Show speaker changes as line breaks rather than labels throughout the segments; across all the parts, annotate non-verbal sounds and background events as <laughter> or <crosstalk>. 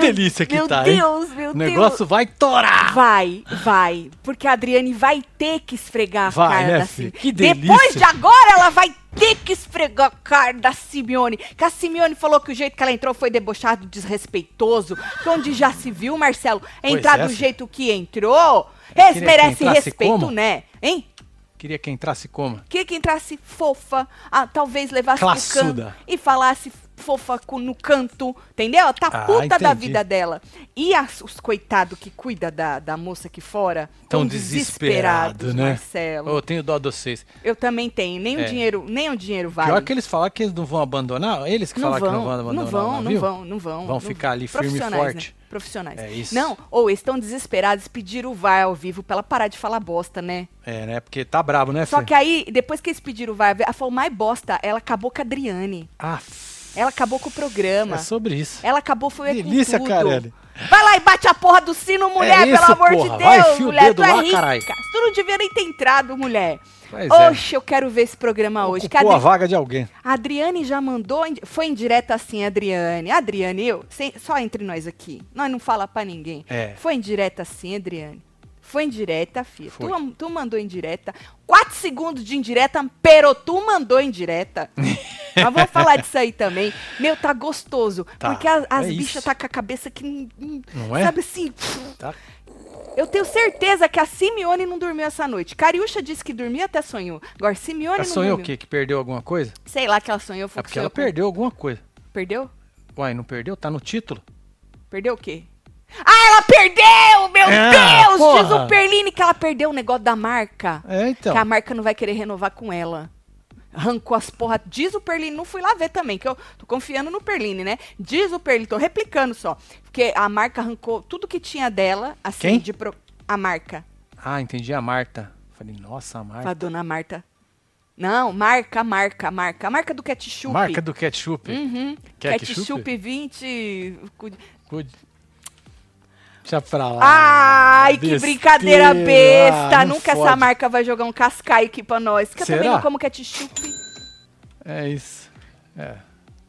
delícia que
meu
tá, hein?
Deus, meu
O negócio vai torar!
Vai, vai. Porque a Adriane vai ter que esfregar a
Vai,
cara
né,
da
filho?
Simeone.
Que
Depois
delícia.
de agora, ela vai ter que esfregar a cara da Simeone. Que a Simeone falou que o jeito que ela entrou foi debochado, desrespeitoso. Que onde já se viu, Marcelo,
Pois
entrar
é,
do
filho.
jeito que entrou,
queria
eles
que
merecem
entrasse
respeito,
como?
né? Hein?
Queria que entrasse como?
Queria que entrasse fofa, ah, talvez levasse pro
Classuda.
canto e falasse fofa com- no canto, entendeu? Ela Tá
Ah,
puta da
entendi.
vida dela. E as- os coitados que cuida da, da moça aqui fora
Tão
tão
desesperado,
desesperados,
né?
Marcelo.
Eu tenho dó de vocês.
Eu também tenho, nem
É.
o dinheiro, nem o dinheiro vale.
Pior que eles falaram que eles não vão abandonar, eles que
não
falaram
vão,
que não vão abandonar
não vão,
o
não
navio?
vão, não vão.
Vão
não-
ficar ali firme e
profissionais,
forte.
né? Profissionais.
É isso.
Não, ou eles estão desesperados e pediram o VAR ao vivo pra ela parar de falar bosta, né?
É, né? Porque tá brabo, né,
Só
Fê?
que aí, depois que eles pediram o VAR, ela falou mais bosta, ela acabou com a Adriane.
Ah,
Ela acabou com o programa.
é sobre isso.
Ela acabou, foi
Delícia,
com tudo.
Carelli. É
Vai lá e bate a porra do sino, mulher,
isso,
pelo amor
porra.
de Deus,
Vai, enfia o
mulher.
dedo
tu é
lá,
rica.
caralho.
Tu não devia nem ter entrado, mulher.
Pois é.
Oxe, eu quero ver esse programa hoje. que a
Ocupou a
Adri-
vaga de alguém.
a Adriane já mandou, em- foi indireta assim, Adriane. Adriane, eu, sem- só entre nós aqui. Nós não fala pra ninguém.
É.
Foi indireta assim, Adriane. Foi indireta, filha.
Foi.
Tu, tu mandou indireta. Quatro segundos de indireta, pero tu mandou
<laughs>
indireta. Mas vamos falar disso aí também. Meu, tá gostoso.
Tá,
porque a- as
é isso.
bichas tá com a cabeça que. não- não-
Não é?
Sabe assim.
Tá.
Eu tenho certeza que a Simeone não dormiu essa noite. Cariúcha disse que dormiu até sonhou. Agora, Simeone
Ela
não
sonhou o
dormiu.
quê? Que perdeu alguma coisa?
Sei lá que ela sonhou. Foi
É
que
porque ela
sonhou
perdeu alguma coisa.
com- Perdeu?
Uai, não perdeu? Tá no título?
Perdeu o quê? Ah, ela perdeu! Meu
Ah,
Deus! Diz
porra!
o Perline que ela perdeu o negócio da marca.
É, então.
Que a marca não vai querer renovar com ela. Arrancou as porra. Diz o Perline, não fui lá ver também, que eu tô confiando no Perline, né? Diz o Perline, tô replicando só. Porque a marca arrancou tudo que tinha dela, assim,
Quem?
de pro... a marca.
Ah, entendi a Marta. Falei, nossa, a
A
Marta.
dona Marta. Não, marca, marca, marca. A marca do ketchup.
Marca do ketchup.
Uhum.
Quer
ketchup?
ketchup?
20. cu-
Good. Deixa pra lá.
Ah! Ai, que
Besteira.
brincadeira besta.
Ah, não
Nunca essa
fode.
marca vai jogar um cascaio aqui pra nós. Que eu também
Será?
não como ketchup.
É isso. É.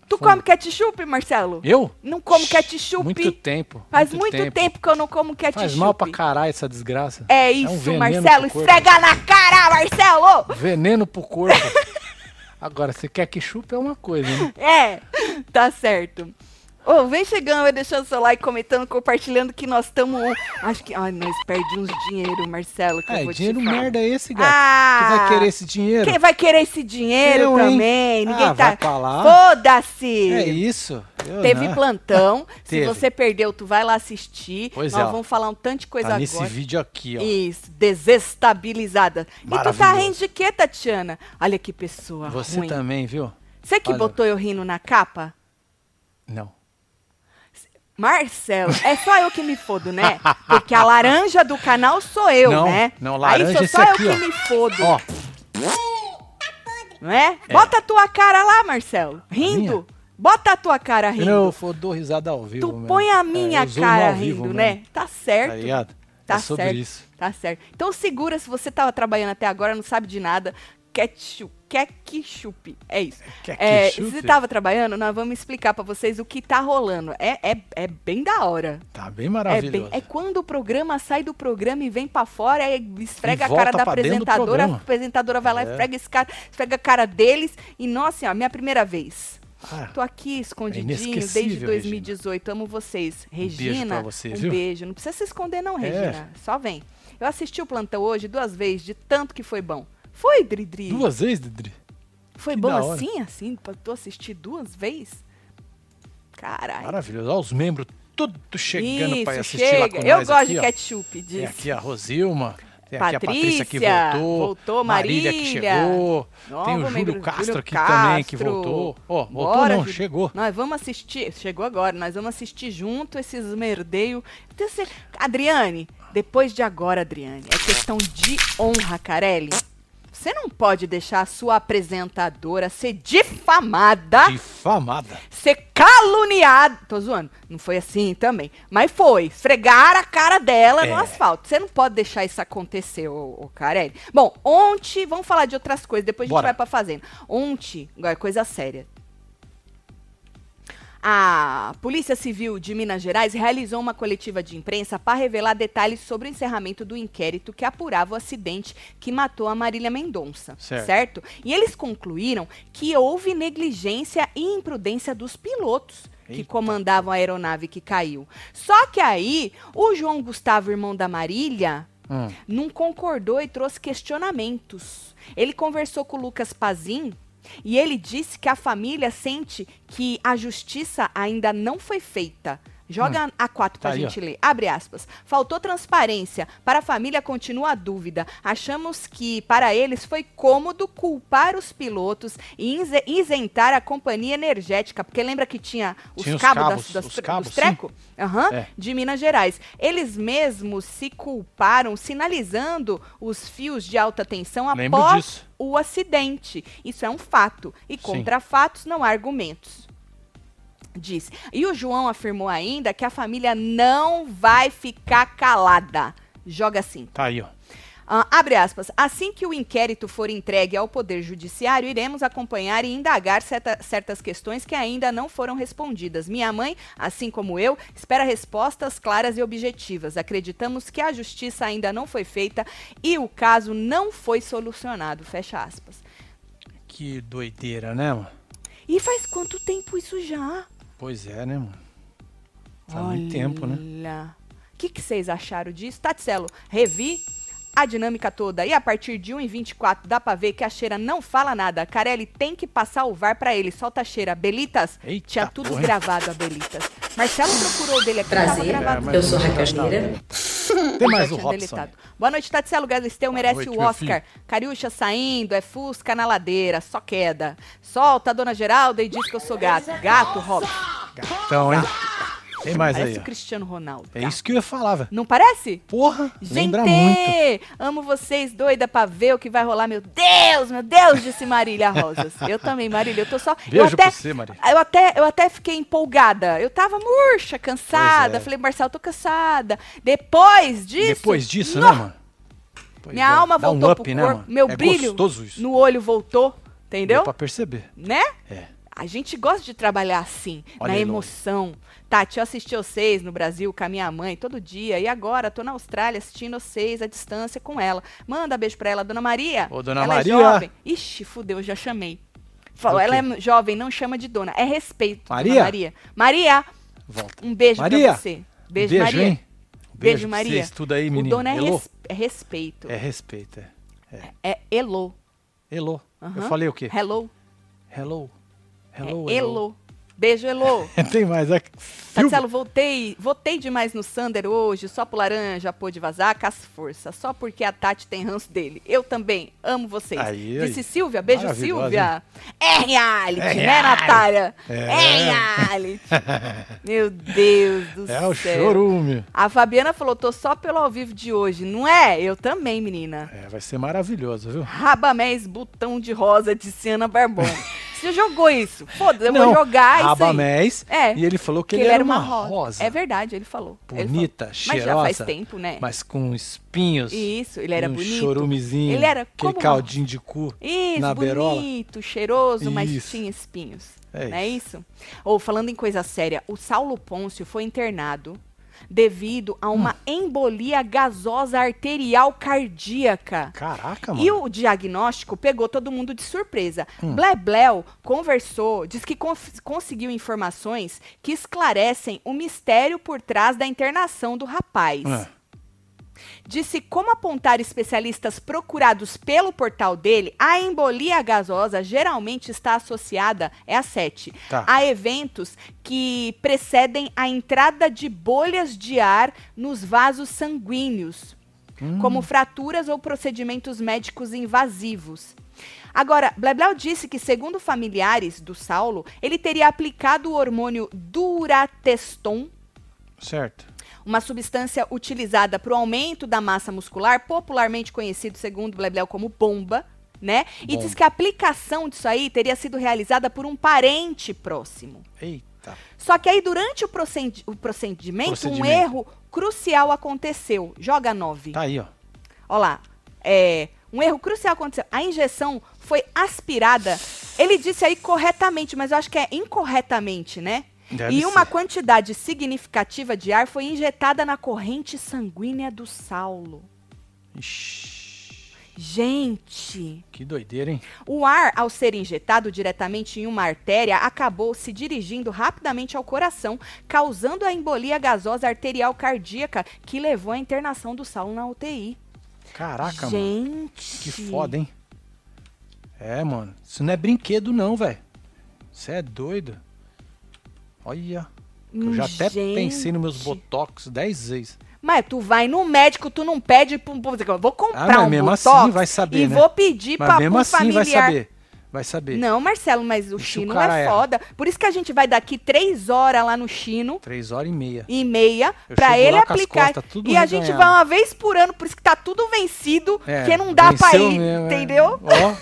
Tu
Fome.
come ketchup, Marcelo?
Eu?
Não como
Shhh,
ketchup.
Muito tempo.
Faz muito, tempo. que eu não como ketchup.
Faz mal pra caralho essa desgraça.
É
um
isso,
veneno
Marcelo.
pro corpo.
Esfrega na cara, Marcelo!
Veneno
<laughs>
pro corpo. Agora, se quer que chupe é uma coisa, né?
É, tá certo. Ô, vem chegando, vai deixando seu like, comentando, compartilhando que nós estamos. Acho que. Ai, nós perdemos dinheiro, Marcelo. Que eu
É,
vou te
dinheiro
falar.
merda é esse, gato.
Ah!
que vai querer esse dinheiro?
Quem vai querer esse dinheiro
Eu, hein?
também? Ninguém
Ah,
tá.
vai pra lá.
Foda-se!
É isso. Eu
Teve
não. <laughs>
plantão. Se
Teve.
você perdeu, tu vai lá assistir.
Pois
Nós
é, ó.
vamos falar um tanto de coisa
Tá
agora.
nesse vídeo aqui, ó.
Isso, desestabilizada. E tu tá
Maravilhoso.
rindo de quê, Tatiana? Olha que pessoa
Você
ruim.
também, viu?
Você que
Olha.
botou eu rindo na capa?
Não.
Marcelo, é só eu que me fodo,
<laughs>
né? Porque a laranja do canal sou eu,
não,
né?
não, laranja
Aí sou
esse
só
aqui,
eu
ó.
que me fodo,
Ó,
não é? Bota a tua cara lá, Marcelo, rindo.
minha?
Bota a tua cara rindo.
eu vou dou risada ao vivo.
Tu
mesmo.
põe
É,
a minha
eu zoo no
cara
ao vivo
rindo,
mesmo,
né? Tá certo.
Tá ligado?
Tá
é sobre
certo.
isso.
Tá certo. Então segura se você tava trabalhando até agora, não sabe de nada. Ketchup. Ketchup. É isso.
Ketchup?
É, se você tava trabalhando, nós vamos explicar pra vocês o que tá rolando. É, é, é bem da hora.
Tá bem
É, bem-
maravilhoso.
é quando o programa sai do programa e vem pra fora, aí esfrega
E
a cara
volta
da
pra dentro do
apresentadora, a
programa.
apresentadora vai lá,
É.
esfrega, esse cara, esfrega a cara deles. E nossa, ó, minha primeira vez.
Ah,
Tô aqui escondidinho desde
inesquecível,
2018. Amo vocês. Regina,
pra você,
um
viu?
beijo. Não precisa se esconder não,
É.
Regina. Só vem. Eu assisti o plantão hoje duas vezes, de tanto que foi bom. Foi, Dridri?
Duas vezes, Didri?
Foi
que
bom
da hora.
assim, assim? Pra tu assistir duas vezes? Caralho.
Maravilhoso. Olha os membros tudo chegando
Isso,
pra assistir lá
chega.
com
Eu
nós
gosto
aqui,
de
ó. É,
ketchup, diz.
Tem aqui a Rosilma, tem aqui a Patrícia que
Patrícia,
voltou,
voltou,
Marília que
Marília.
chegou,
Novo
tem o
membro,
Júlio Castro
Júlio
aqui também que
Castro.
voltou. Ó, voltou
Bora,
não,
Júlio.
chegou.
Nós vamos assistir, chegou agora, nós vamos assistir junto esses merdeios. Então, Adriane, depois de agora, Adriane, é questão de honra, Carelli. Você não pode deixar a sua apresentadora ser difamada,
Difamada.
ser caluniada. Tô zoando, não foi assim também. Mas foi, esfregar a cara dela no
É.
asfalto. Você não pode deixar isso acontecer, ô, ô Carelli. Bom, ontem, vamos falar de outras coisas, depois a gente
Bora.
vai pra fazenda. Ontem, agora coisa séria. A Polícia Civil de Minas Gerais realizou uma coletiva de imprensa para revelar detalhes sobre o encerramento do inquérito que apurava o acidente que matou a Marília Mendonça.
Certo.
certo? E eles concluíram que houve negligência e imprudência dos pilotos que
Eita.
comandavam a aeronave que caiu. Só que aí, o João Gustavo, irmão da Marília,
Hum.
não concordou e trouxe questionamentos. Ele conversou com o Lucas Pazin e ele disse que a família sente que a justiça ainda não foi feita. Joga a quatro pra
Tá aí,
gente ler. Abre aspas. Faltou transparência. Para a família continua a dúvida. Achamos que, para eles, foi cômodo culpar os pilotos e inze- isentar a companhia energética. Porque lembra que tinha os
Tinha os
cabos, das-
cabos,
das,
os
tre-
cabos,
dos
sim.
treco? Aham,
É.
de Minas Gerais. Eles mesmos se culparam sinalizando os fios de alta tensão
Lembro
após
disso.
o acidente. Isso é um fato. E contra fatos não há argumentos. Diz. E o João afirmou ainda que a família não vai ficar calada. Joga assim.
Tá aí, ó.
Ah, abre aspas. Assim que o inquérito for entregue ao Poder Judiciário, iremos acompanhar e indagar certa- certas questões que ainda não foram respondidas. Minha mãe, assim como eu, espera respostas claras e objetivas. Acreditamos que a justiça ainda não foi feita e o caso não foi solucionado. Fecha aspas.
Que doideira, né, mano?
E faz quanto tempo isso já?
Pois é, né, mano? Faz muito tempo, né?
Olha. O que, que vocês acharam disso? Tatselo, revi a dinâmica toda e a partir de 1h24 dá pra ver que a Cheira não fala nada. Carelli tem que passar o VAR pra ele. Solta a Cheira. Belitas,
Eita,
tinha tudo
porra.
gravado a Belitas. Marcelo procurou dele aqui, tava
Prazer,
gravado.
mas- tá.
eu sou Raquel Lira.
Tem
Já
mais É, o
tinha
Robson.
deletado. Boa noite, Tatselo Galisteu. Merece
noite,
o
meu
Oscar. Cariúcha saindo, é Fusca na ladeira, só queda. Solta a dona Geralda e diz que eu sou gato. Gato, Robson.
Gatão, Então, hein? Tem mais aí,
Tá. Parece o
ó.
Cristiano Ronaldo.
É
gato.
isso que eu ia falar, velho.
Não parece?
Porra,
Gente, é
lembra muito.
amo vocês, doida pra ver o que vai rolar. Meu Deus, meu Deus, disse Marília Rosas. Eu também, Marília, eu tô só. eu
Beijo
até,
pra você, Maria.
eu até, eu até fiquei empolgada. Eu tava murcha, cansada.
Pois é.
Falei, Marcelo, tô cansada. Depois disso.
Depois disso,
nó,
né, mano? Pois
Minha
é,
alma
dá um
voltou
up,
pro
né,
corpo.
mano?
Meu
é
brilho
gostoso isso.
no olho voltou. Entendeu?
Deu pra perceber.
Né?
É.
A gente gosta de trabalhar assim,
Olha
na
aí,
emoção. Tati, eu assisti vocês no Brasil com a minha mãe todo dia. E agora, tô na Austrália assistindo vocês à distância com ela. Manda beijo pra ela, Dona Maria.
Ô, Dona
ela
Maria.
é jovem. Ixi, fudeu, já chamei. Falou,
Do
ela
quê?
é jovem, não chama de dona. É respeito, Dona
Maria?
Maria. Maria,
Volta.
um beijo
Maria. Um
pra você. Beijo,
Beijo,
Maria.
hein? Um
Beijo,
pra
Maria.
Vocês, tudo aí,
o
menino.
dona é,
Elô?
res- é respeito.
É respeito, é.
É Elô.
Hello. Eu
Aham.
falei o quê?
Hello.
Hello. Hello,
é Tá Elô. Beijo, Elô.
<laughs> Tem mais aqui.
Marcelo, voltei, votei demais no Sander hoje, só pro laranja, pôde vazar, com as forças, só porque a Tati tem ranço dele. Eu também, amo vocês.
Aí, aí.
Disse Silvia, beijo
Maravilhosa,
Silvia. É reality,
É
né
reality.
Natália? É,
É. <laughs>
reality. Meu Deus do
É
céu.
o chorume.
A Fabiana falou, tô só pelo ao vivo de hoje, não é? Eu também, menina.
É, vai ser maravilhoso, viu?
Rabamés, botão de rosa, disse Ana Barbon.
<laughs>
Você jogou isso? Foda-se, eu
Não,
vou jogar isso aí.
Rabamés.
É.
E ele falou que, ele, era uma rosa.
É verdade, ele falou. Ele
Bonita,
falou. Mas
cheirosa.
já faz tempo, né?
Mas com espinhos.
Isso, ele era
um
bonito.
chorumezinho.
Ele era
Aquele
como-
caldinho de cu.
Isso,
na berola.
bonito, cheiroso, mas
Isso.
tinha espinhos.
É
não é isso? Ou falando em coisa séria, o Saulo Pôncio foi internado devido
Hum.
a uma embolia gasosa arterial cardíaca.
Caraca, mano.
E o diagnóstico pegou todo mundo de surpresa. Blebleu conversou, diz que conf- conseguiu informações que esclarecem o mistério por trás da internação do rapaz.
Ah,
Disse como apontar especialistas procurados pelo portal dele, a embolia gasosa geralmente está associada, é a 7,
Tá.
a eventos que precedem a entrada de bolhas de ar nos vasos sanguíneos, como fraturas ou procedimentos médicos invasivos. Agora, Bleblau disse que, segundo familiares do Saulo, ele teria aplicado o hormônio Durateston
certo.
uma substância utilizada para o aumento da massa muscular, popularmente conhecido, segundo Blebleu, como bomba, né? E
Bomba.
diz que a aplicação disso aí teria sido realizada por um parente próximo.
Eita.
Só que aí, durante o, procedi- o procedimento, um
Procedimento.
erro crucial aconteceu. Joga 9.
Tá aí, ó.
Olha lá. É, um erro crucial aconteceu. A injeção foi aspirada. Ele disse aí corretamente, mas eu acho que é incorretamente, né?
Deve
e
ser.
uma quantidade significativa de ar foi injetada na corrente sanguínea do Saulo.
Ixi,
Gente,
que doideira, hein?
o ar, ao ser injetado diretamente em uma artéria, acabou se dirigindo rapidamente ao coração, causando a embolia gasosa arterial cardíaca que levou à internação do Saulo na UTI.
Caraca, mano.
Gente,
Que foda, hein? É, mano. Isso não é brinquedo, não, velho. Você é doido. Olha. Eu já até
Gente.
pensei nos meus botox 10 vezes.
Mas tu vai no médico, tu não pede pro pro- vou
Ah,
comprar
mas
um
mesmo
botox
assim vai saber,
e
né?
vou pedir
Mas
pra
mesmo
um
assim
familiar.
vai saber. Vai saber.
Não, Marcelo, mas o
Ixi, o
chino
cara
é
erra.
foda. Por isso que a gente vai daqui três horas lá no chino
Três horas e meia.
e meia
Eu
pra
chego
ele
lá com as
aplicar.
costas tudo
e a gente vai
reganhado.
uma vez por ano, por isso que tá tudo vencido,
É,
que não dá pra
venceu
ir,
mesmo, é.
entendeu?
Ó,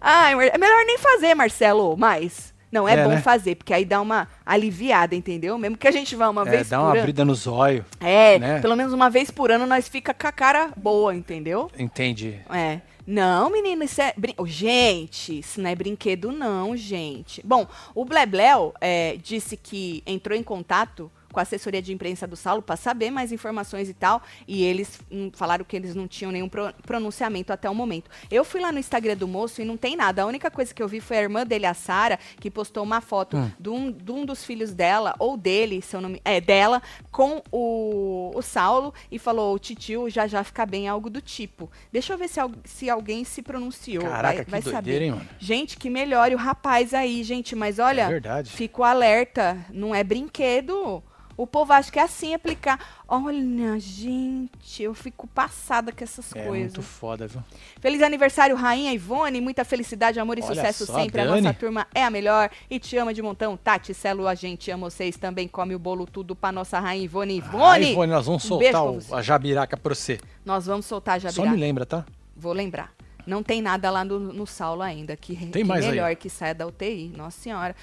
Ah, é melhor nem fazer, Marcelo, mas não é,
É,
bom
né?
fazer, porque aí dá uma aliviada, entendeu? Mesmo que a gente vá uma
é,
vez
dá
por
uma
ano.
brida nos olhos.
É,
né?
pelo menos uma vez por ano nós fica com a cara boa, entendeu?
Entendi.
É. Não, menino, isso é. Brin... Ô, gente, isso não é brinquedo, não, gente. Bom, o Blebleu é, disse que entrou em contato com a assessoria de imprensa do Saulo para saber mais informações e tal. E eles hum, falaram que eles não tinham nenhum pro- pronunciamento até o momento. Eu fui lá no Instagram do moço e não tem nada. A única coisa que eu vi foi a irmã dele, a Sara, que postou uma foto
Hum.
de, um, de um dos filhos dela, ou dele, seu nome. É, dela, com o, o Saulo e falou: o titio já já fica bem, algo do tipo. Deixa eu ver se, al- se alguém se pronunciou.
Caraca,
vai,
que
vai saber.
doideira, hein, mano?
Gente, que melhore o rapaz aí, gente. Mas
é
olha,
verdade.
fico alerta. Não é brinquedo. O povo acha que é assim aplicar. Olha, gente, eu fico passada com essas
É muito
coisas.
foda, viu?
Feliz aniversário, Rainha Ivone. Muita felicidade, amor e
Olha
sucesso
só,
sempre. A
Dani.
nossa turma é a melhor e te ama de montão. Tati, Celo, a gente ama vocês também. Come o bolo tudo pra nossa Rainha Ivone. Ivone,
Ah, Ivone, nós vamos
um
soltar
beijo pra
o-
você.
a jabiraca pra você.
nós vamos soltar já
Só me lembra, tá?
Vou lembrar. Não tem nada lá no, no Saulo ainda. Que,
Tem
que
mais aí.
melhor que saia da UTI. Nossa Senhora.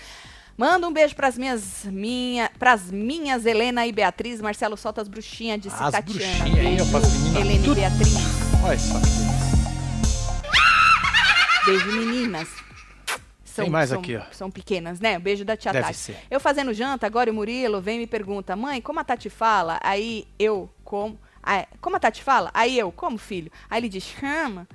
Manda um beijo pras minhas, minha, pras minhas Helena e Beatriz. Marcelo solta as bruxinhas de
As
Citatiana.
bruxinhas aí, ó,
Beijo,
pras meninas
Helena e
tudo.
Beatriz.
Olha só que delícia.
Beijo, meninas. São,
Tem mais
são-
aqui, ó.
São pequenas, né? Um beijo da tia
Deve
Tati.
ser.
Eu fazendo janta, agora e o Murilo vem e me pergunta, mãe, como a Tati fala? Aí eu como. Ah, como a Tati fala? Aí eu como, filho? Aí ele diz,
<laughs>
chama.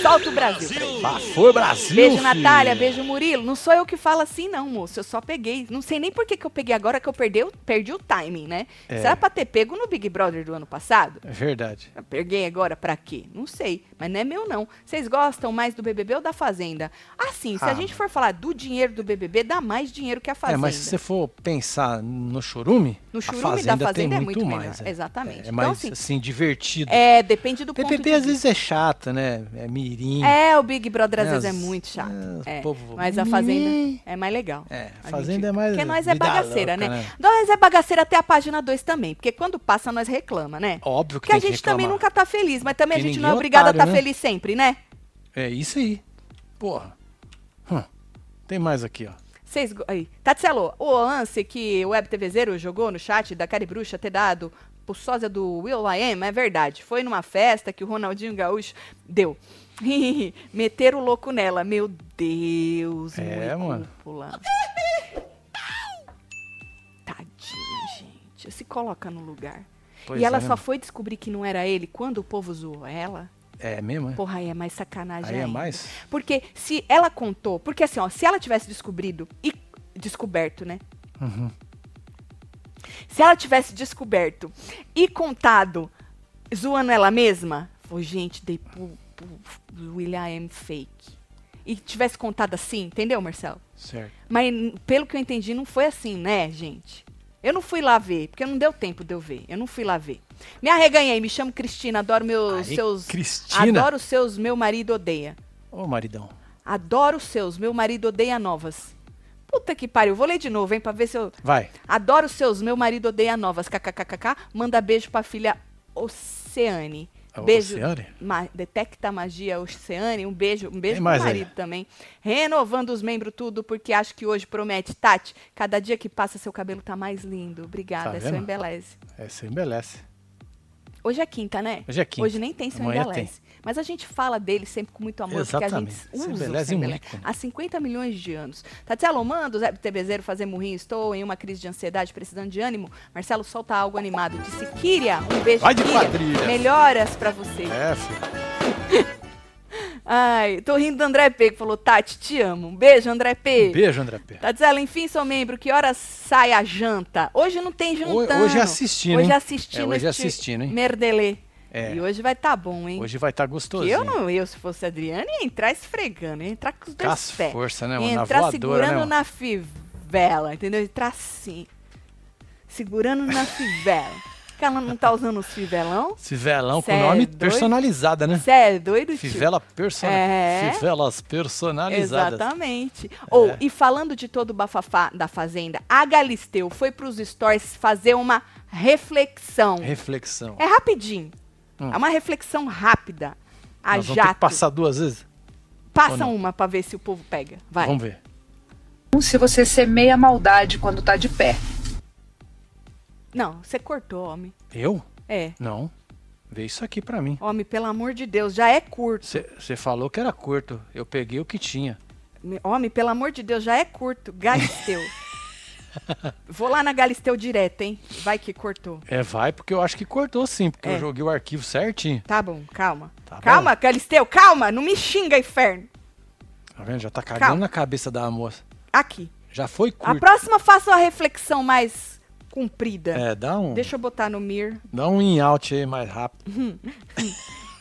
Solta o Brasil. pra ele.
Lá foi Brasil,
Beijo,
filho.
Natália. Beijo, Murilo. Não sou eu que falo assim, não, moço. Eu só peguei. Não sei nem por que, que eu peguei agora, que eu perdi, o- perdi o timing, né?
É.
Será pra ter pego no Big Brother do ano passado?
É verdade.
Eu Peguei agora pra quê? Não sei, mas não é meu não. Vocês gostam mais do BBB ou da Fazenda? Assim, se a
Ah,
gente for falar do dinheiro do BBB, dá mais dinheiro que a Fazenda.
É, mas se você for pensar no churume,
No churume
a fazenda
da Fazenda
tem
é
muito,
muito
mais.
melhor,
é.
exatamente.
É,
Então,
mais,
assim,
assim, divertido.
É, depende do ponto
PPP
de
às vezes é chato, né? É mirim.
É, o Big Brother às
É,
vezes é
as-
muito chato.
é,
é.
o povo-
Mas a Fazenda é mais legal.
É,
A
Fazenda
gente-
é mais
Porque nós é
vida
bagaceira,
louca,
né?
né?
Nós é bagaceira até a página 2 também, porque quando passa nós reclama, né?
Óbvio que
Porque a
tem que
gente também
reclamar.
nunca tá feliz, mas também
Porque
a gente não é
ninguém é
obrigada a
otário,
estar
né?
feliz sempre, né?
É isso aí. Porra. Hum. Tem mais aqui, ó.
Vocês. go- Aí. Tatselo, o lance que o Web TV Zero jogou no chat da Caribruxa ter dado por sósia do Will I Am é verdade. Foi numa festa que o Ronaldinho Gaúcho deu. Meter o louco nela. Meu Deus,
É,
muito
mano.
cúpula. Tadinha, gente. Se coloca no lugar.
Pois
e ela
é, né,
só
mano?
foi descobrir que não era ele quando o povo zoou ela.
É mesmo, é?
Porra, aí é mais sacanagem
Aí é
ainda.
mais?
Porque se ela contou, porque assim, ó, se ela tivesse descobrido e descoberto, né?
Uhum.
Se ela tivesse descoberto e contado zoando ela mesma, foi gente, dei pro, pro, pro William M. fake. E tivesse contado assim, entendeu, Marcelo?
Certo.
Mas n- pelo que eu entendi, não foi assim, né, gente? Eu não fui lá ver, porque não deu tempo de eu ver. Eu não fui lá ver. Me arreganhei, me chamo Cristina, adoro meus
Aí,
seus.
Cristina.
Adoro os seus, meu marido odeia.
Ô, maridão.
Adoro os seus, meu marido odeia novas. Puta que pariu, vou ler de novo, hein, pra ver se eu.
Vai.
Adoro os seus, meu marido odeia novas. KKKKK. Manda beijo pra filha Oceane.
Ô,
Beijo.
É Oceane?
Ma- detecta a magia Oceane. Um beijo, um beijo
Tem
pro
mais aí?
marido também. Renovando os membros tudo, porque acho que hoje promete. Tati, cada dia que passa, seu cabelo tá mais lindo. Obrigada,
Tá
é seu
vendo?
embeleze.
É, você embelece.
Hoje é quinta, né?
Hoje é quinta.
Hoje nem tem seu
Amanhã
Embeleze. Mas a gente fala dele sempre com muito amor,
Exatamente.
porque a gente
Seu
usa o
Embeleze
Seu Embeleze
muito.
há 50 milhões de anos. Tatielo, manda o Zé Tebezeiro fazer murrinho. Estou em uma crise de ansiedade, precisando de ânimo. Marcelo, solta algo animado. Disse, Kíria, um beijo,
Vai de
Kíria.
quadrilha.
Melhoras pra você.
É, filho.
Ai, tô rindo do André P, que falou, Tati, te amo. Um beijo, André P.
Beijo, André P.
Tatielo, enfim, sou membro. Que horas sai a janta? Hoje não tem jantando.
Hoje assistindo,
Hoje
hein?
assistindo.
É, hoje
este
assistindo, hein?
Merdelê.
É.
E hoje vai tá bom, hein?
Hoje vai estar
Que
gostosinho.
eu não, eu, se fosse a Adriane, ia entrar esfregando, ia entrar com os
Com
dois
as
pés.
força, né,
ia
mano? Na
entrar
voadora,
segurando
né, mano?
na fivela, entendeu? Entrar assim. Segurando na fivela. <laughs> Que ela não tá usando os fivelão?
Esse velão com
Cê é
nome
doido?
personalizada, né?
Cê é doido, tio?
Fivela personalizada.
É.
Fivelas personalizadas.
Exatamente.
É.
Ou, e falando de todo o bafafá da Fazenda, a Galisteu foi pros stories fazer uma reflexão.
Reflexão.
É rapidinho.
Hum.
É uma reflexão rápida. A
Nós vamos ter
jato.
que passar duas vezes? ou
Passa
não?
uma pra ver se o povo pega. Vai.
Vamos ver.
se você semeia maldade quando tá de pé.
Não, você cortou, homem.
Eu?
É.
Não. Vê isso aqui pra mim.
Homem, pelo amor de Deus, já é curto.
Você falou que era curto. Eu peguei o que tinha.
Me- Homem, pelo amor de Deus, já é curto.
<laughs>
Galisteu. Vou lá na Galisteu direto, hein? Vai que cortou.
É, vai, porque eu acho que cortou sim, porque
É.
eu joguei o arquivo certinho.
Tá bom, calma.
Tá bom.
calma, Galisteu, calma. Não me xinga, inferno.
Tá vendo? Já tá cagando
Calma.
na cabeça da moça.
Aqui.
Já foi
A
curto.
próxima faça uma reflexão mais comprida.
É, dá um,
Deixa eu botar no mir.
dá um in out aí mais rápido.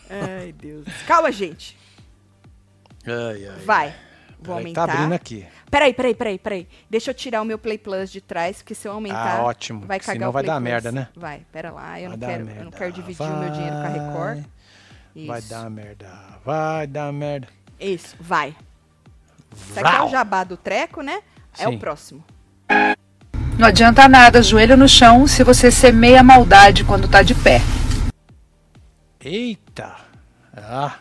Ai, Deus. Calma, gente.
Ai, ai.
Vai. Vou
Peraí que
aumentar.
Tá abrindo aqui.
Peraí, peraí, peraí, peraí. Deixa eu tirar o meu Play Plus de trás, porque se eu aumentar.
Ah, ótimo,
Vai
porque
cagar
senão
o
vai
Play
dar
Plus.
merda, né?
Vai, pera lá. Eu,
Vai
não
dar
quero, eu não
merda.
quero dividir o meu dinheiro com a Record. Isso.
Vai dar merda. Vai dar merda.
Isso, vai. Isso aqui é o
Vrau!
jabá do treco, né? É o
Sim.
próximo.
Não adianta nada, joelho no chão, se você semeia maldade quando tá de pé.
Eita! Ah!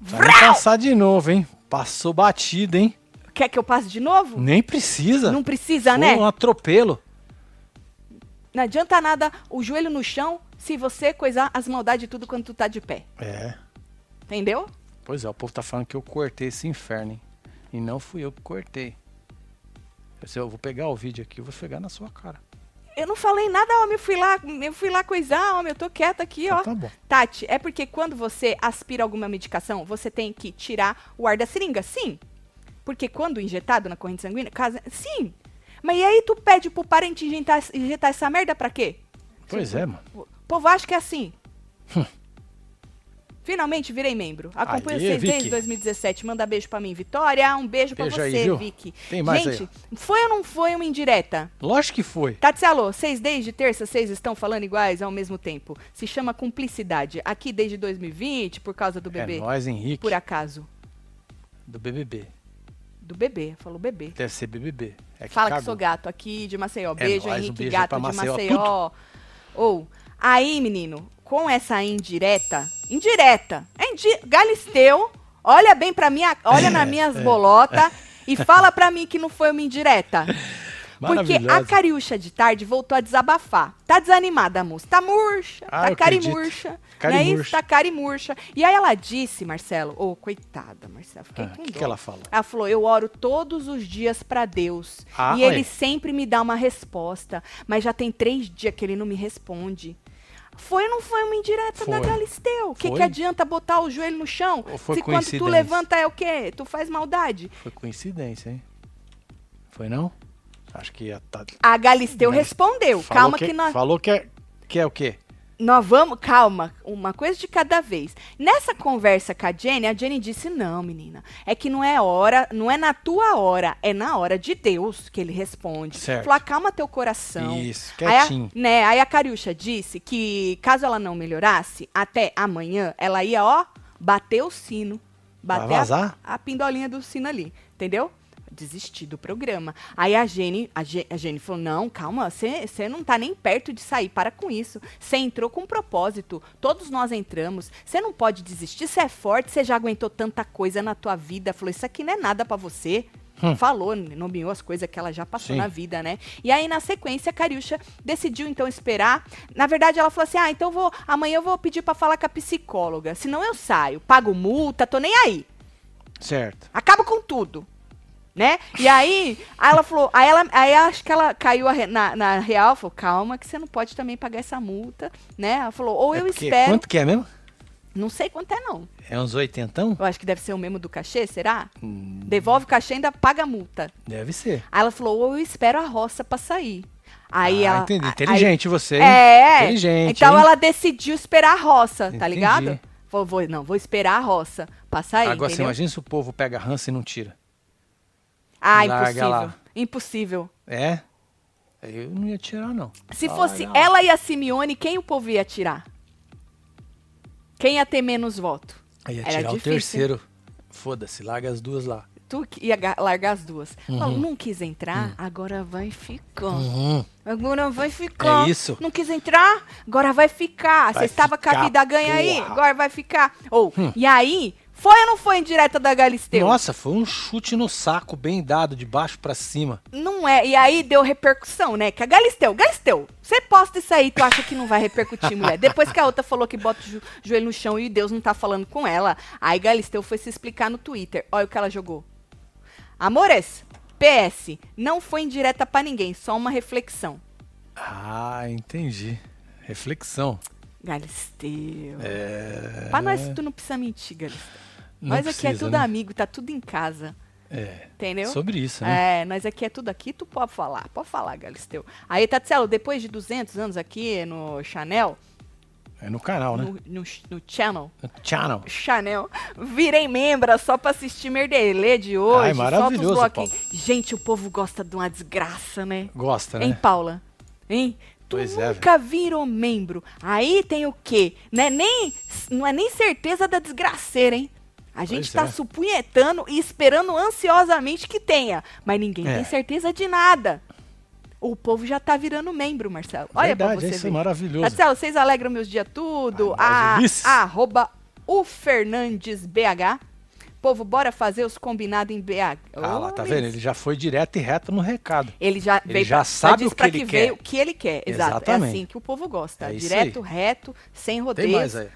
Vai me passar de novo, hein? Passou batida, hein?
Quer que eu passe de novo?
Nem precisa.
Não precisa,
Foi
né?
um atropelo.
Não adianta nada o joelho no chão se você coisar as maldades e tudo quando tu tá de pé.
É.
Entendeu?
Pois é, o povo tá falando que eu cortei esse inferno, hein? E não fui eu que cortei. Eu, sei, eu vou pegar o vídeo aqui, eu vou pegar na sua cara.
Eu não falei nada, homem. Eu fui lá, eu fui lá coisar, homem. Eu tô quieta aqui,
Então
ó.
tá bom.
Tati, é porque quando você aspira alguma medicação, você tem que tirar o ar da seringa, sim. Porque quando injetado na corrente sanguínea, casa... sim. Mas e aí tu pede pro parente injetar, injetar essa merda pra quê?
Pois é, mano.
O povo acha que é assim. Finalmente virei membro. Acompanho
Hum. Aê,
vocês desde
Vicky.
2017. Manda beijo pra mim, Vitória. Um beijo,
Beijo
pra
aí,
você,
viu?
Vicky.
Tem mais aí,
Gente, foi ou não foi uma indireta?
Lógico que foi.
Tatselo, vocês desde terça, vocês estão falando iguais ao mesmo tempo. Se chama cumplicidade. Aqui desde 2020, por causa do
É
bebê.
nós, Henrique,
por acaso.
do BBB.
Do bebê. Falou bebê.
Deve ser BBB. É que
Fala
cagou.
que sou gato aqui de Maceió. Beijo,
nóis, um
Henrique
beijo
Gato
pra
de
Maceió,
Maceió. Ou, aí, menino, com essa indireta. Indireta. é indi- Galisteu, olha bem pra minha. Olha
<laughs>
nas
É.
minhas bolotas e fala pra mim que não foi uma indireta. Porque a
Maravilhosa.
Cariúcha de tarde voltou a desabafar. Tá desanimada a moça. Tá murcha,
Ah,
tá
eu
carimurcha. Não
acredito.
é isso?
Carimurcha.
Tá carimurcha. E aí ela disse, Marcelo, ô, coitada, Marcelo, fiquei
Ah,
com
o que,
dó.
que ela fala?
Ela falou: Eu oro todos os dias pra Deus.
Ah,
e ele
olha.
sempre me dá uma resposta. Mas já tem três dias que ele não me responde. Foi ou não foi uma indireta da
Foi.
Galisteu? O que,
Foi.
que adianta botar o joelho no chão?
Ou foi
se quando tu
coincidência?
levanta é o quê? Tu faz maldade.
Foi coincidência, hein? Foi não? Acho que a Tati.
A Galisteu respondeu.
falou
Calma que, nós,
Falou que é, que é o quê?
nós vamos. Calma, uma coisa de cada vez. Nessa conversa com a Jenny, a Jenny disse: Não, menina, é que não é hora, não é na tua hora, é na hora de Deus que ele responde.
Certo.
Falou: acalma teu coração.
Isso,
Aí
quietinho.
a, né, aí a Cariúcha disse que caso ela não melhorasse, até amanhã ela ia, ó, bater o sino. Bater
Vai
a-
vazar?
A, pindolinha do sino ali, entendeu? Desistir do programa. Aí a Jenny, a Ge- a Jenny falou: não, calma, você não tá nem perto de sair, para com isso. Você entrou com um propósito, todos nós entramos. Você não pode desistir, você é forte, você já aguentou tanta coisa na tua vida. Falou: isso aqui não é nada pra você.
Hum.
Falou, nomeou as coisas que ela já passou
Sim.
na vida, né? E aí, na sequência, a Cariúcha decidiu, então, esperar. Na verdade, ela falou assim, ah, então eu vou, amanhã eu vou pedir pra falar com a psicóloga. Senão eu saio, pago multa, tô nem aí.
Certo.
Acabo com tudo. Né? E aí, aí ela falou, aí, ela, aí acho que ela caiu a re- na, na real, falou, calma que você não pode também pagar essa multa, né? Ela falou, ou
É
eu
porque-
espero,
Quanto que é mesmo?
não sei quanto é não.
É uns oitentão?
Eu acho que deve ser o mesmo do cachê, será?
Hum,
Devolve o cachê e ainda paga a multa.
Deve ser.
Aí ela falou, ou eu espero a roça pra sair. Aí
Ah,
ela.
entendi.
a-
Inteligente você,
aí-
hein?
é,
Inteligente.
Então
hein?
ela decidiu esperar a roça, tá
Entendi.
ligado? Vou, vou, não, vou esperar a roça pra sair.
Agora você
entendeu?
imagina se o povo pega ranço e não tira.
Ah,
larga
impossível.
lá.
Impossível.
É? Eu não ia tirar, não.
Se
Ah,
fosse
não.
ela e a Simeone, quem o povo ia tirar? Quem ia ter menos voto?
Eu ia
Era
tirar o
difícil.
terceiro. Foda-se, larga as duas lá.
Tu que ia ga- largar as duas. Não, não quis
Hum.
entrar, agora vai ficar.
Uhum.
Agora vai ficar.
É isso.
Não quis entrar? Agora vai ficar.
Vai
Você estava com a
ficar,
vida ganha aí,
porra. Hum.
agora vai ficar. Ou, e aí? Foi ou não foi indireta da Galisteu?
Nossa, foi um chute no saco bem dado, de baixo pra cima.
Não é. E aí deu repercussão, né? Que a Galisteu, Galisteu, você posta isso aí, tu acha que não vai repercutir, mulher. Depois que a outra falou que bota o jo- joelho no chão e Deus não tá falando com ela, aí Galisteu foi se explicar no Twitter. Olha o que ela jogou. Amores, PS, não foi indireta pra ninguém, só uma reflexão.
Ah, entendi. Reflexão.
Galisteu. É... Pra nós tu não precisa mentir, Galisteu.
Não
nós aqui é
precisa,
tudo
né?
amigo, tá tudo em casa,
É.
entendeu?
Sobre isso, né?
É, nós aqui é tudo aqui, tu pode falar, pode falar, Galisteu. Aí, Tatselo, depois de 200 anos aqui no Chanel,
É, no canal, né?
no, no, no Channel,
No channel.
Chanel, virei membra só pra assistir Merdelê de hoje.
Ai, maravilhoso,
solta os bloquinhos.
Paulo.
Gente, o povo gosta de uma desgraça, né?
Gosta,
Hein,
né?
Paula? Hein? Tu
Pois é,
nunca virou membro. Aí tem o quê? Não é nem, não é nem certeza da desgraceira, hein? A gente tá
é.
supunhetando e esperando ansiosamente que tenha. Mas ninguém
É.
tem certeza de nada. O povo já tá virando membro, Marcelo. Olha pra
Verdade,
você
isso é
ver.
maravilhoso.
Marcelo, vocês alegram meus dias tudo.
Ah,
A,
Ulisses.
arroba o Fernandes BH. Povo, bora fazer os combinados em BH.
Ah lá, tá
Ô,
vendo? Ele já foi direto e reto no recado.
ele já
Ele
veio
já
pra-
sabe
diz
o que
pra
ele quer.
veio o que ele quer. Exato. É
Exatamente.
assim que o povo gosta.
É isso
Direto, reto, sem
Tem mais
rodeios,
aí.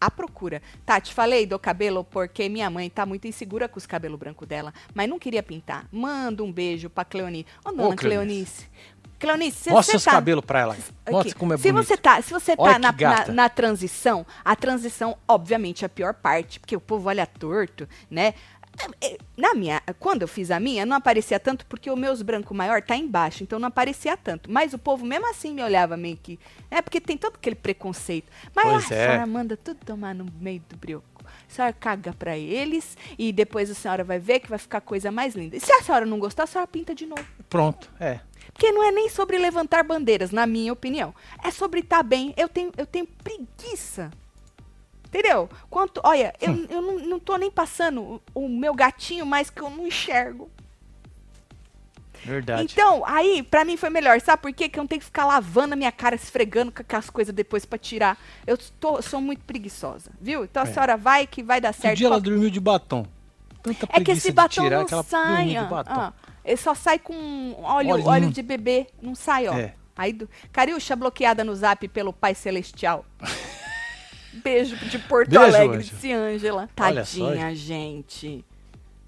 à procura. Tá, te falei do cabelo porque minha mãe tá muito insegura com os cabelos brancos dela, mas não queria pintar. Manda um beijo pra Cleonice. Ô, dona
Cleonice.
Cleonice. Cleonice, se
Mostra
você
os
tá...
cabelos pra ela.
Aqui.
Mostra como é
se
bonito.
você tá, se você
Olha
tá
que
na, na,
gata.
na transição, a transição, obviamente, é a pior parte, porque o povo olha torto, né? Eh, eh, Na minha, quando eu fiz a minha, não aparecia tanto porque o meus branco maior tá embaixo, então não aparecia tanto. Mas o povo mesmo assim me olhava meio que, é porque tem todo aquele preconceito. Mas ah, a
Pois é.
senhora manda tudo tomar no meio do brioco. A senhora caga pra eles e depois a senhora vai ver que vai ficar coisa mais linda. E se a senhora não gostar, a senhora pinta de novo.
Pronto, é.
Porque não é nem sobre levantar bandeiras, na minha opinião. É sobre estar bem. Eu tenho, eu tenho preguiça. Entendeu? Quanto, olha, eu,
Hum.
eu não, não tô nem passando o, o meu gatinho mais que eu não enxergo.
Verdade.
Então, aí, pra mim foi melhor. Sabe por quê? Que eu não tenho que ficar lavando a minha cara, esfregando com aquelas coisas depois pra tirar. Eu tô- sou muito preguiçosa, viu? Então a
É.
senhora vai que vai dar
Que
certo.
dia ela
Qual-
dormiu de batom.
É
Tanta
que
preguiça
esse
de
batom
tirar, que
não
ela
sai.
dormiu de
ó.
batom.
Ah, ele só sai com óleo,
Olhinho.
óleo de bebê. Não sai, ó.
É.
Aí, do... Cariúcha bloqueada no zap pelo Pai
<laughs>
Celestial. Beijo de Porto
Beijo,
Alegre,
Ângela.
disse Ângela.
Olha só,
Tadinha, gente.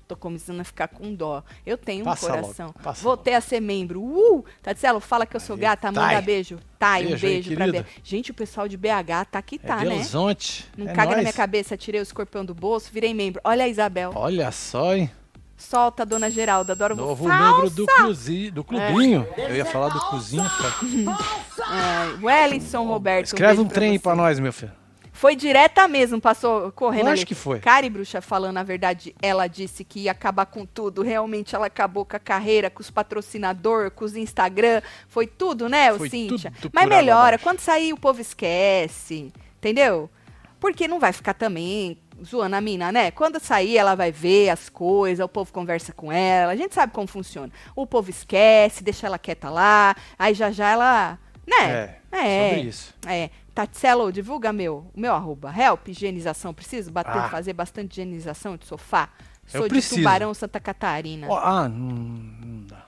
Tô começando a ficar com dó. Eu tenho
Passa
um
logo,
coração.
passa
Voltei a ser membro. Uh! Tatielo, fala que eu sou
Aí,
gata, manda
Thay.
beijo. Thay, um
Beijo aí,
beijo pra
querida.
BH. Gente, o pessoal de BH tá que tá,
é
né?
Belzonte.
Não
é
caga na
nóis.
minha cabeça, tirei o escorpião do bolso, virei membro. Olha a Isabel.
Olha só, hein?
Solta, dona Geralda, adoro
Novo
você. É.
membro do, cruzi, do clubinho. Eu ia falar do cozinho. Cara.
<laughs> Ai, Wellington Roberto.
Escreve
beijo
um trem aí
pra
pra
você.
nós, meu filho.
Foi direta mesmo, passou correndo
Eu
ali.
acho que foi.
Cari Bruxa falando a verdade, ela disse que ia acabar com tudo. Realmente ela acabou com a carreira, com os patrocinadores, com os Instagram. Foi tudo, né, o
Foi
Cíntia?
tudo
Mas
por água
melhora,
abaixo.
quando sair o povo esquece, entendeu? Porque não vai ficar também zoando a mina, né? Quando sair ela vai ver as coisas, o povo conversa com ela, a gente sabe como funciona. O povo esquece, deixa ela quieta lá, aí já já ela, né?
É, Sobre isso.
É. Tatselo, divulga meu, meu arroba. Help, higienização. Preciso bater,
Ah.
fazer bastante higienização de sofá. Sou
Eu
de
preciso.
Tubarão, Santa Catarina.
Ó, ah, não, não dá.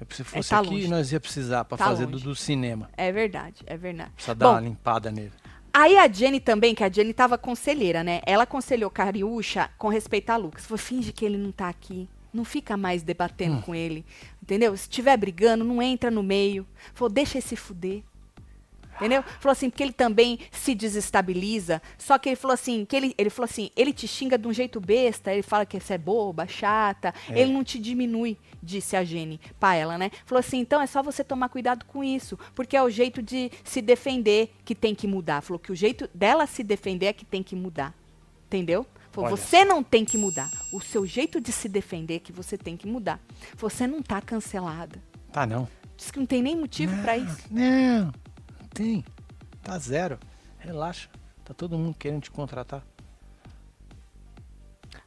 É, Se fosse
tá
aqui,
longe.
nós ia precisar pra
Tá
fazer do,
longe.
do cinema.
É verdade, é verdade.
Precisa dar uma
Bom,
limpada nele.
aí a Jenny também, que a Jenny tava conselheira, né? Ela aconselhou Cariúcha com respeito a Lucas. Falou, finge que ele não tá aqui. Não fica mais debatendo
Hum.
com ele. Entendeu? Se estiver brigando, não entra no meio. Falou, deixa ele se fuder. Entendeu? Falou assim, porque ele também se desestabiliza. Só que ele falou assim, que ele, ele falou assim, ele te xinga de um jeito besta, ele fala que você é boba, chata, ele não te diminui, disse a Jenny pra ela, né? Falou assim, então é só você tomar cuidado com isso, porque é o jeito de se defender que tem que mudar. Falou que o jeito dela se defender é que tem que mudar. Entendeu? Falou,
Olha.
você não tem que mudar. O seu jeito de se defender é que você tem que mudar. Você não tá cancelada.
Tá não.
Diz que não tem nem motivo pra isso.
Não, não tem. Tá zero. Relaxa. Tá todo mundo querendo te contratar.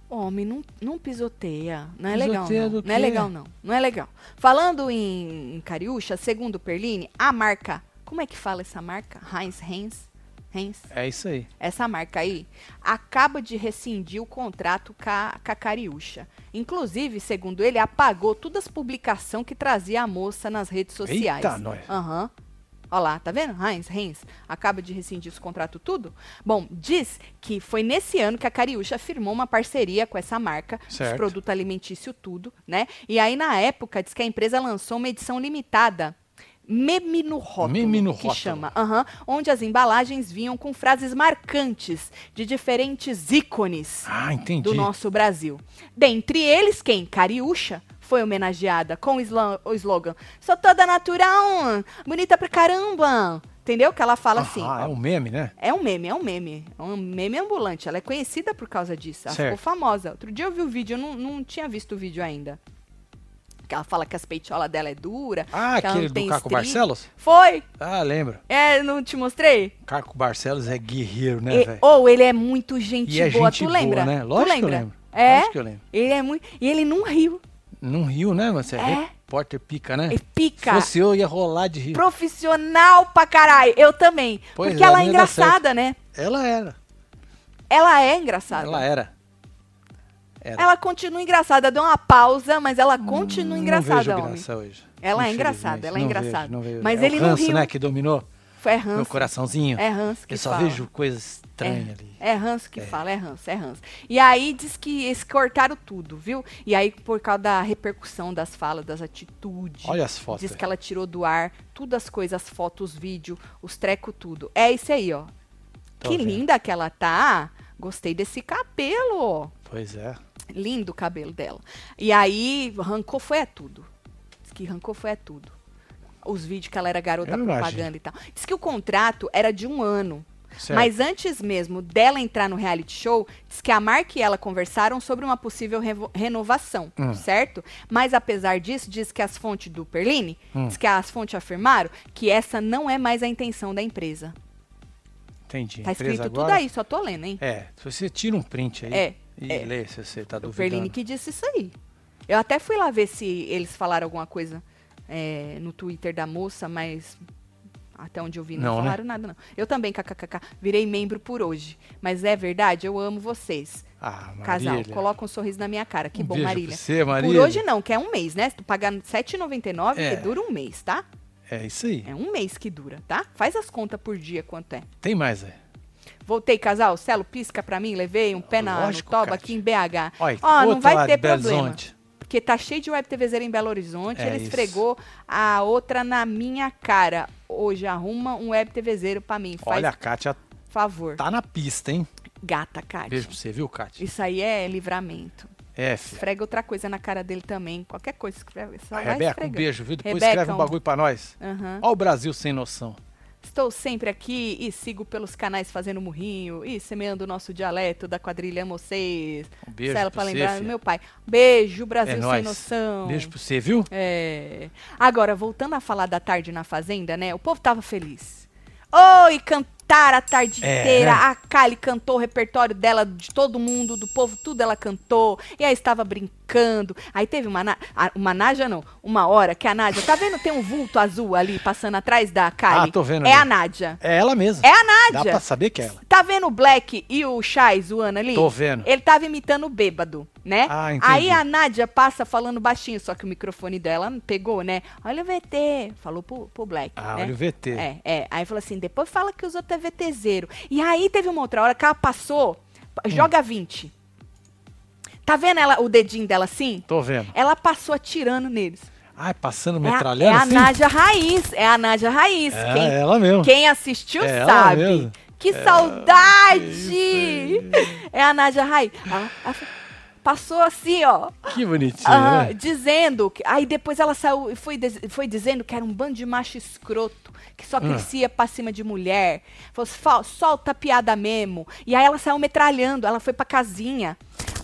Homem, não, não pisoteia. Não é legal,
Pisoteia
não.
do
Não é
quê?
legal, não. Não é legal. Falando em, em Cariúcha, segundo Perline, a marca... Como é que fala essa marca? Heinz, Heinz? Heinz?
É isso aí.
Essa marca aí acaba de rescindir o contrato com a, com a Cariúcha. Inclusive, segundo ele, apagou todas as publicações que trazia a moça nas redes sociais.
Eita, nós.
Aham. Olha lá, tá vendo? Heinz, Heinz, acaba de rescindir esse contrato tudo? Bom, diz que foi nesse ano que a Cariúcha firmou uma parceria com essa marca, os
Certo.
produtos alimentícios tudo, né? E aí, na época, diz que a empresa lançou uma edição limitada, Meme no Rótulo,
Meme no
que
Rótulo.
chama, aham, onde as embalagens vinham com frases marcantes de diferentes ícones
Ah, entendi.
do nosso Brasil. Dentre eles, quem? Cariúcha foi homenageada com o sla- o slogan Sou toda natural, bonita pra caramba. Entendeu? Que ela fala assim.
Ah, é um meme, né?
É um meme, é um meme. É um meme ambulante. Ela é conhecida por causa disso. Ela ficou
Certo.
famosa. Outro dia eu vi o vídeo, eu não, não tinha visto o vídeo ainda. Que ela fala que as peitiolas dela é dura.
Ah,
que ela
aquele
não
do
tem
Caco
estria.
Barcelos?
Foi!
Ah, lembro.
É, não te mostrei?
Caco Barcelos é guerreiro, né,
E-
velho?
ou ele é muito gente
E é
boa,
gente
tu lembra?
boa, né?
Tu
Lógico que eu
lembra?
lembro.
É?
Lógico que eu lembro.
Ele é muito. E ele não riu.
Num rio, né, mano? Você é,
É.
repórter pica, né?
É pica.
Se fosse eu, ia rolar de rir.
Profissional pra caralho. Eu também.
Pois
Porque
é,
ela é
não ia dar certo.
engraçada, né?
Ela era.
Ela é engraçada.
Ela era. era.
Ela continua engraçada. Deu uma pausa, mas ela continua
Hum, não vejo
engraçada, homem.
graça hoje.
Ela é
Infelizmente,
engraçada, ela é
não
engraçada.
vejo, não vejo.
Mas
É
ele
o
não
ranço,
riu.
né, que dominou
Foi
meu
É Hans.
coraçãozinho.
É Hans que
Eu só
fala.
vejo coisa estranha ali.
É ranço que fala, é ranço, é ranço. E aí diz que eles cortaram tudo, viu? E aí, por causa da repercussão das falas, das atitudes.
Olha as fotos.
Diz que ela tirou do ar tudo as coisas, as fotos, vídeo, os treco, tudo. É isso aí, ó.
Tô
que
vendo.
linda que ela tá. Gostei desse cabelo.
Pois é.
Lindo o cabelo dela. E aí, arrancou foi é tudo. Diz que arrancou foi é tudo. Os vídeos que ela era garota
Eu não
propaganda e tal. Diz que o contrato era de um ano.
Certo.
Mas antes mesmo dela entrar no reality show, diz que a Mark e ela conversaram sobre uma possível revo- renovação,
Hum.
certo? Mas apesar disso, diz que as fontes do Perline,
Hum.
diz que as fontes afirmaram que essa não é mais a intenção da empresa.
Entendi.
Tá
Empresa
escrito
agora...
tudo aí, só tô lendo, hein?
É, se você tira um print aí
É,
e
é.
lê se você tá
o
duvidando.
Perline que disse isso aí. Eu até fui lá ver se eles falaram alguma coisa é, no Twitter da moça, mas até onde eu vi não,
Não, né?
falaram nada, não. Eu também, kkkk, virei membro por hoje. Mas é verdade, eu amo vocês.
Ah, Marília.
casal. Coloca um sorriso na minha cara. Que
um
bom,
beijo
Marília.
Pra você,
Por
Marília.
hoje não, que é um mês, né? Se tu pagar R$ 7,99,
É.
que dura um mês, tá?
É isso aí.
É um mês que dura, tá? Faz as contas por dia quanto é.
Tem mais, é.
Voltei, casal. Celo, pisca pra mim. Levei um pé na, no
Lógico,
toba
Kátia.
aqui em BH.
Olha,
Ó, não
outra
vai
lá
ter
de Belo
problema.
Horizonte.
Porque tá cheio de web TVzeira em Belo Horizonte.
É
ele
isso.
esfregou a outra na minha cara. Hoje arruma um web TVzeiro pra mim. Faz
Olha, a Kátia
favor.
tá na pista, hein?
Gata, Kátia.
Beijo pra você, viu, Kátia?
Isso aí é livramento.
É, filha.
Esfrega outra coisa na cara dele também. Qualquer coisa esfrega. Só
A
vai
Rebeca, um
esfregando.
beijo, viu? Depois
Rebeca,
escreve um
um-
bagulho pra nós.
Aham.
Ó o Brasil sem noção.
Estou sempre aqui e sigo pelos canais fazendo murrinho e semeando o nosso dialeto da quadrilha Amo vocês.
Um beijo
Sela
pra
pra
você,
lembrar do
filha.
meu pai. Beijo, Brasil
é
sem
nóis.
noção.
Beijo pra você, viu?
É. Agora, voltando a falar da tarde na fazenda, né? O povo tava feliz. Oi, cantando cantar a tarde
É.
inteira. A Kali cantou o repertório dela, de todo mundo, do povo, tudo ela cantou. E aí estava brincando. Aí teve uma, na- a- uma Nádia, não, uma hora que a Nádia. Tá vendo? Tem um vulto azul ali passando atrás da Kali.
Ah, tô vendo
É
ali.
a Nádia.
É ela mesma.
É a
Dá
Nádia.
pra saber que é ela.
Tá vendo o Black e o Shai zoando ali?
Tô vendo.
Ele tava imitando o bêbado, né?
Tá Ah, entendi.
Aí a Nádia passa falando baixinho, só que o microfone dela pegou, né? Olha o VT. Falou pro, pro Black.
Ah,
né?
olha o VT.
É, é. Aí falou assim: depois fala que os outros é VTZero. E aí teve uma outra hora que ela passou, p-
Hum.
joga 20. Tá vendo ela, o dedinho dela assim?
Tô vendo.
Ela passou atirando neles.
Ah, é passando
É a-
metralhando
é a
assim?
Nádia Raiz. É a Nádia Raiz.
É
Quem
ela mesmo.
quem assistiu
É ela
sabe.
mesmo.
Que saudade! É a Nádia Rai. Ela- ela passou assim, ó.
Que bonitinho,
aham,
né?
Ah, Dizendo. que- aí depois ela saiu e foi, diz- foi dizendo que era um bando de macho escroto. Que
Ah.
só crescia pra cima de mulher. Falou assim, "Fal- solta a piada mesmo. E aí ela saiu metralhando. Ela foi pra casinha.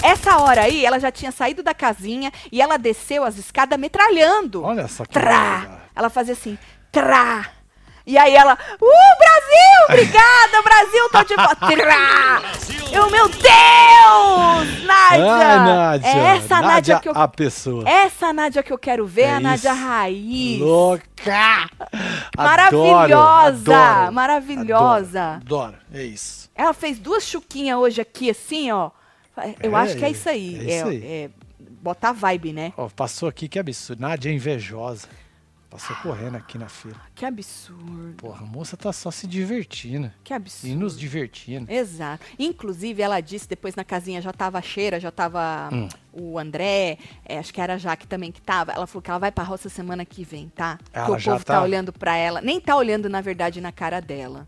Essa hora aí, ela já tinha saído da casinha e ela desceu as escadas metralhando.
Olha só que
Trá!
barbaridade.
Ela fazia assim, trá! E aí ela, uh, Brasil,
<laughs>
obrigada, Brasil, tô de volta, trá! Eu, meu Deus, Nádia!
Ai, Ah, Nádia.
É essa Nádia,
Nádia
que eu... É
a pessoa.
Essa Nádia que eu quero ver,
É
a Nádia
isso.
Raiz.
Louca!
Maravilhosa,
Adoro,
maravilhosa.
Adoro, adoro, é isso.
Ela fez duas chuquinhas hoje aqui, assim, ó. Eu
É,
acho que é isso aí.
é isso aí.
é- botar vibe, né?
Ó, passou aqui, que absurdo. Nádia é invejosa. Passou correndo aqui na feira.
Que absurdo,
Porra, a moça tá só se divertindo.
que absurdo.
E nos divertindo.
Exato. Inclusive, ela disse depois na casinha já tava a cheira, já tava
Hum.
o André, é, acho que era a Jaque também que tava. Ela falou que ela vai pra roça semana que vem, tá?
Ela
Porque o
já
povo tá...
tá-
olhando pra ela. Nem tá olhando, na verdade, na cara dela.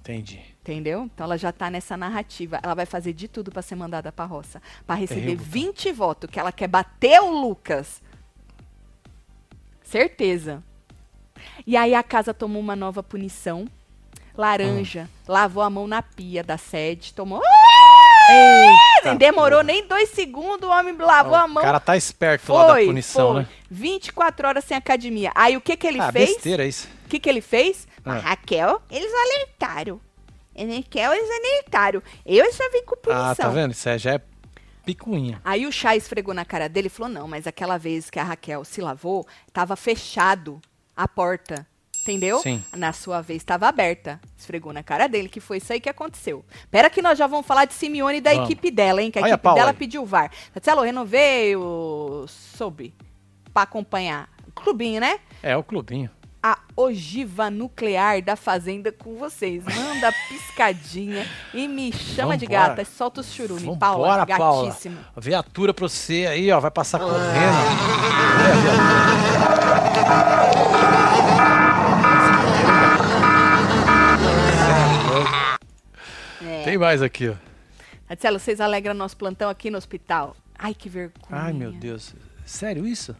Entendi.
Entendeu? Então ela já tá nessa narrativa. Ela vai fazer de tudo pra ser mandada pra roça. Pra receber
Terrível.
20 votos, que ela quer bater o Lucas. Certeza. E aí a casa tomou uma nova punição. Laranja
Ah.
lavou a mão na pia da sede, tomou. Nem demorou nem dois segundos, o homem lavou
Ó,
a mão.
O cara tá esperto
foi,
lá da punição,
foi.
né?
24 horas sem academia. Aí o que que ele
ah,
fez?
besteira isso.
O que, que ele fez?
Ah.
A Raquel, eles alertaram. A Raquel, eles alertaram. Eu já vim com punição.
Ah, tá vendo? Isso aí já é picuinha.
Aí o chá esfregou na cara dele e falou: não, mas aquela vez que a Raquel se lavou, tava fechado a porta. Entendeu?
Sim.
Na sua vez estava aberta. Esfregou na cara dele, que foi isso aí que aconteceu. Pera que nós já vamos falar de Simeone e da
Vamos.
equipe dela, hein? Que a
Olha a
equipe
Paula
dela
aí.
pediu o VAR. é Marcelo, renovei o soube pra acompanhar. Clubinho, né?
É, o clubinho.
a ogiva nuclear da Fazenda com vocês.
<laughs>
Manda piscadinha e me chama de
Vambora.
gata. Solta os churume.
Vambora,
Paula,
Paula.
gatíssima.
Viatura pra você aí, ó. Vai passar correndo. Olha a viatura.
Ah.
Tem mais aqui, ó.
Marcelo, vocês alegram nosso plantão aqui no hospital. Ai, que vergonha.
Ai, meu Deus. Sério isso?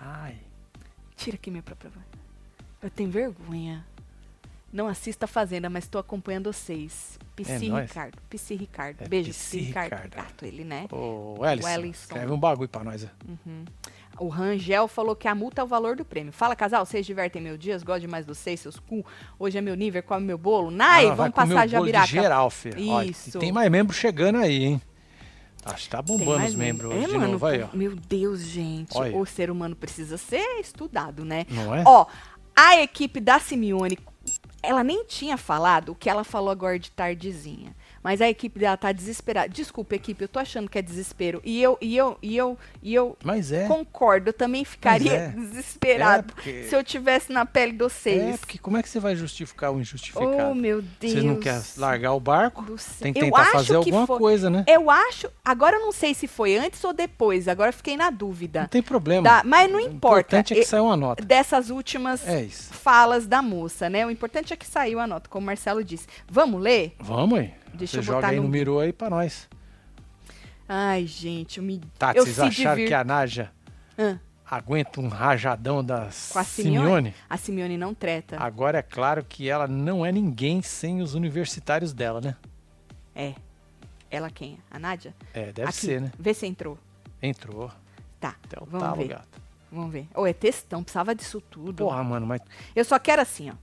Ai.
Tira aqui minha própria voz. Eu tenho vergonha. Não assisto a Fazenda, mas estou acompanhando vocês. Pisci
É nóis.
Ricardo. Pisci Ricardo.
É,
Beijo,
Pisci
Pisci Ricardo.
Ricardo.
Gato ele, né?
Ô, Wellison,
Wellington.
escreve um bagulho pra nós. ó.
O Rangel falou que a multa é o valor do prêmio. Fala, casal, vocês divertem meu dias, gosto demais de vocês, seus cu. Hoje é meu nível, come meu bolo. Nai,
Ah,
vamos
vai comer o
passar
bolo de
Jabiraca.
geral, filho. Olha,
Isso.
e tem mais membro chegando aí, hein? Acho que tá
Tem
bombando
mais
os membros
membro.
hoje
é,
de
mano,
novo aí,
pô,
ó.
Meu Deus, gente.
Olha.
O ser humano precisa ser estudado, né?
Não é?
Ó, a equipe da Simeone, ela nem tinha falado o que ela falou agora de tardezinha. Mas a equipe dela tá desesperada. Desculpa, equipe, eu tô achando que é desespero. E eu, e eu, e eu, e eu
Mas é.
concordo. Eu também ficaria
é.
<laughs> desesperado
É, porque-
se eu tivesse na pele de vocês.
É, porque como é que você vai justificar o
Oh,
injustificado?
meu Deus.
Você não quer largar o barco?
do céu.
Tem que
Eu
tentar
acho
fazer
que
alguma
foi- É.
coisa, né?
Eu acho. Agora eu não sei se foi antes ou depois. Agora eu fiquei na
Não
dúvida.
tem problema.
Tá, mas não
O
importa.
importante é que
E-
saiu uma nota.
Dessas últimas
É isso.
falas da moça, né? O importante é que saiu a nota, como o Marcelo disse. Vamos ler?
Vamos aí.
Deixa
você
eu
joga
botar
aí no
no-
mirô aí pra nós.
Ai, gente, eu me.
Tá,
eu
vocês
se
acharam
divirto.
que a Naja
Hã?
aguenta um rajadão da
Com a Simeone? Tá.
Simeone?
A Simeone não treta.
Agora é claro que ela não é ninguém sem os universitários dela, né?
É. Ela quem? A Nádia?
É, deve
Aqui,
ser, né? Então
Vê se entrou.
Entrou.
Tá.
Até o
vamos
talo,
ver.
gato.
Vamos ver. Ou é textão, precisava disso tudo.
Porra, mano, mas
Eu só quero assim, ó.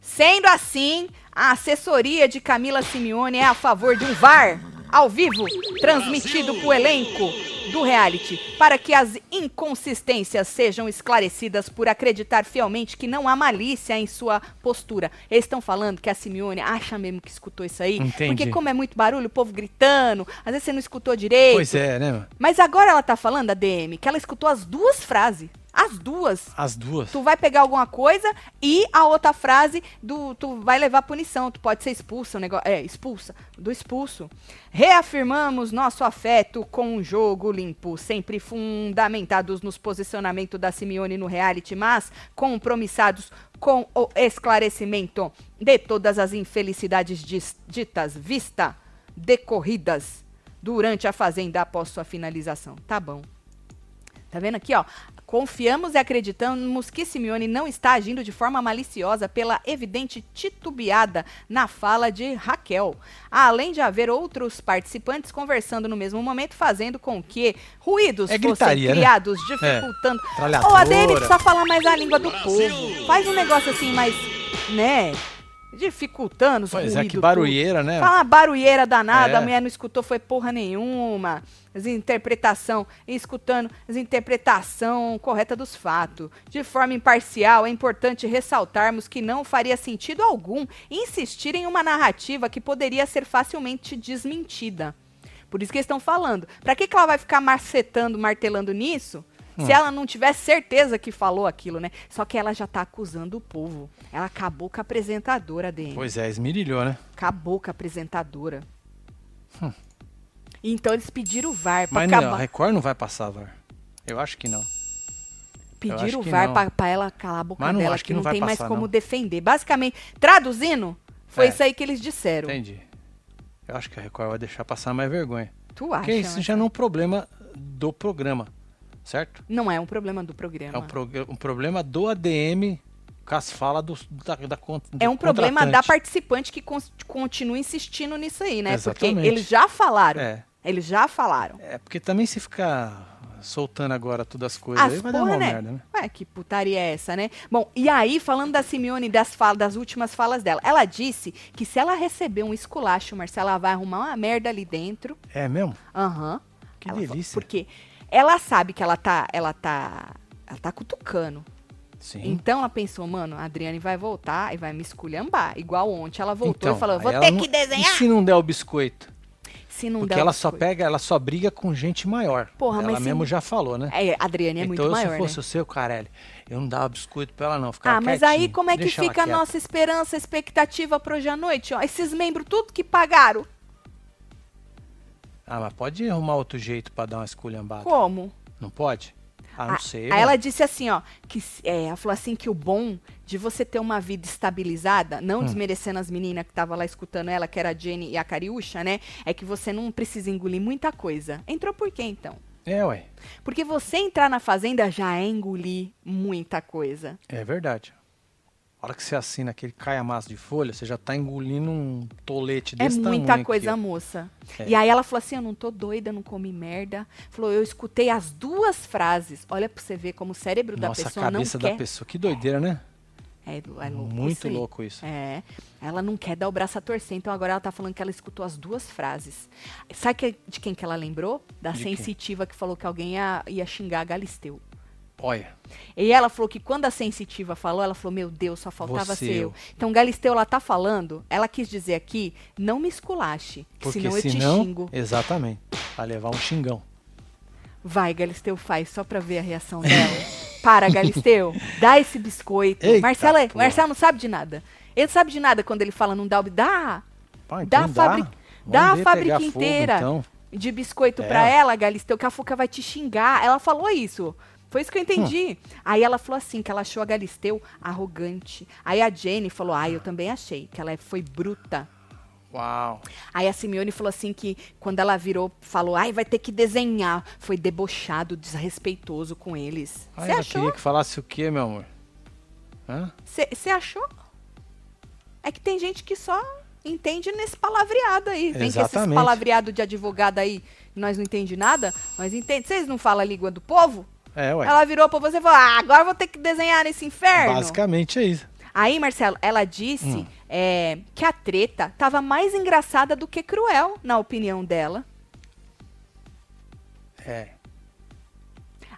Sendo assim, a assessoria de Camila Simeone é a favor de um VAR ao vivo, transmitido pro elenco do reality, para que as inconsistências sejam esclarecidas por acreditar fielmente que não há malícia em sua postura. Eles estão falando que a Simeone acha mesmo que escutou isso aí,
Entendi.
porque como é muito barulho, o povo gritando, às vezes você não escutou direito.
Pois é, né? mano?
Mas agora ela tá falando, a DM, que ela escutou as duas frases. As duas.
As duas.
Tu vai pegar alguma coisa e a outra frase do tu vai levar punição, tu pode ser expulsa, o negócio é expulsa, do expulso. Reafirmamos nosso afeto com um jogo limpo, sempre fundamentados nos posicionamento da Simeone no reality, mas compromissados com o esclarecimento de todas as infelicidades dis- ditas, vista, decorridas durante a fazenda após sua finalização. Tá bom. Tá vendo aqui, ó? Confiamos e acreditamos que Simeone não está agindo de forma maliciosa pela evidente titubeada na fala de Raquel. Além de haver outros participantes conversando no mesmo momento, fazendo com que ruídos
É
fossem
gritaria, né?
criados, dificultando.
Tralhadora.
Ou a dele precisa falar mais a língua do povo. Faz um negócio assim, mais, né? Dificultando os
Pois é,
ruídos,
que
tudo.
barulheira, né?
Fala uma barulheira danada,
É.
a mulher não escutou, foi porra nenhuma. As interpretação, escutando as interpretação correta dos fatos. De forma imparcial, é importante ressaltarmos que não faria sentido algum insistir em uma narrativa que poderia ser facilmente desmentida. Por isso que eles estão falando. Pra que, que ela vai ficar macetando, martelando nisso?
Hum.
Se ela não tiver certeza que falou aquilo, né? Só que ela já tá acusando o povo. Ela acabou com a apresentadora, DM.
Pois é, esmirilhou, né?
Acabou com a apresentadora. Então eles pediram o VAR pra
Hum. Mas não, é, a
acabar.
Record não vai passar, VAR. Eu acho que não.
Pediram
acho
o
que
VAR
não.
pra, pra ela calar a boca
Mas não
dela,
acho
que,
que
não,
não vai
tem mais
passar,
como
não.
defender. Basicamente, traduzindo, foi
É.
isso aí que eles disseram.
Entendi. Eu acho que a Record vai deixar passar mais vergonha.
Tu acha? né?
Porque isso já não é um problema do programa, certo?
Não é um problema do programa.
É um, prog- um problema do ADM com as falas dos- da, da con- do
É um problema da
contratante.
participante que cons- continua insistindo nisso aí, né? Porque
Exatamente.
eles já falaram.
É.
Eles já falaram.
É, porque também se ficar soltando agora todas as coisas,
As
aí vai dar
porra,
uma
né?
merda, né?
Ué, que putaria é essa, né? Bom, e aí, falando da Simeone, das, fala, das últimas falas dela, ela disse que se ela receber um esculacho, Marcela, ela vai arrumar uma merda ali dentro.
É mesmo?
Aham.
Que
Ela fa-
delícia.
Porque ela sabe que ela tá, ela tá, ela tá cutucando.
Sim.
Então ela pensou, mano, a Adriane vai voltar e vai me esculhambar. Igual ontem ela voltou
Então,
e falou,
aí
vou
ela
ter
não-
que desenhar.
E se não der o biscoito?
Se não
Porque
der o
ela só
biscoito.
pega, ela só briga com gente maior.
Porra,
ela
mas
mesmo
se-
já falou, né?
É, a Adriane é
então,
muito maior,
se
né?
fosse o seu, Carelli, eu não dava biscoito pra ela, não. Ficava
Ah, mas
quietinho.
aí como é que
Deixa ela
fica a
quieta.
nossa esperança, expectativa pra hoje à noite? Ó, esses membros, tudo que pagaram.
Ah, mas pode arrumar outro jeito pra dar uma esculhambada.
Como?
Não pode? Ah, não sei.
aí
mano.
ela disse assim, ó, que se- é, ela falou assim que o bom de você ter uma vida estabilizada,
Hum.
não desmerecendo as meninas que estavam lá escutando ela, que era a Jenny e a Cariúcha, né? É que você não precisa engolir muita coisa. Entrou por quê, então?
É, ué.
Porque você entrar na fazenda já é engolir muita coisa.
É verdade. A hora que você assina aquele caiamaço de folha, você já tá engolindo um tolete
É
desse tamanho
muita
aqui,
coisa,
ó.
moça.
É.
E aí ela falou assim: Eu não tô doida, não comi merda. Falou, eu escutei as duas frases. Olha pra você ver como o cérebro
Nossa,
da
a
pessoa não
cabeça da
quer.
pessoa. Que doideira, né?
É, do- é louco isso
Muito
aí.
louco isso.
É. Ela não quer dar o braço a torcer, então agora ela tá falando que ela escutou as duas frases. Sabe que- de quem que ela lembrou? Da
De quem?
sensitiva que falou que alguém ia, ia xingar a Galisteu.
Olha,
E ela falou que quando a sensitiva falou, ela falou: Meu Deus, só faltava
Você,
ser eu.
eu.
Então, Galisteu, ela tá falando, ela quis dizer aqui: Não me esculache, que
porque
senão eu te xingo.
Exatamente. Vai levar um xingão.
Vai, Galisteu, faz, só pra ver a reação
<laughs>
dela. Para, Galisteu, dá esse biscoito.
Eita
Marcelo, é-
porra.
Marcelo não sabe de nada. Ele sabe de nada quando ele fala não dá o... bi- Dá!
Pá,
Dá
então
a fabri-
Vamos
dá a
ver
fábrica
pegar fogo,
inteira.
então.
De biscoito
É.
pra ela, Galisteu, que a Fuca vai te xingar. Ela falou isso. Foi
Hum.
isso que eu entendi. Aí ela falou assim, que ela achou a Galisteu arrogante. Aí a Jenny falou, ah, eu também achei, que ela é, foi bruta.
Uau.
Aí a Simeone falou assim que quando ela virou, falou, ai, vai ter que desenhar. Foi debochado, desrespeitoso com eles.
Ai,
Você
ela
achou?
queria que falasse o quê, meu amor? Hã?
Você achou? É que tem gente que só entende nesse palavreado aí. Vem com esses
Exatamente.
palavreado de advogado aí, nós não entende nada, mas entende. Vocês não falam a língua do povo?
É, ué.
Ela virou pra você e falou: ah, agora eu vou ter que desenhar nesse inferno.
Basicamente é isso.
Aí, Marcelo, ela disse
Hum.
é, que a treta tava mais engraçada do que cruel, na opinião dela.
É.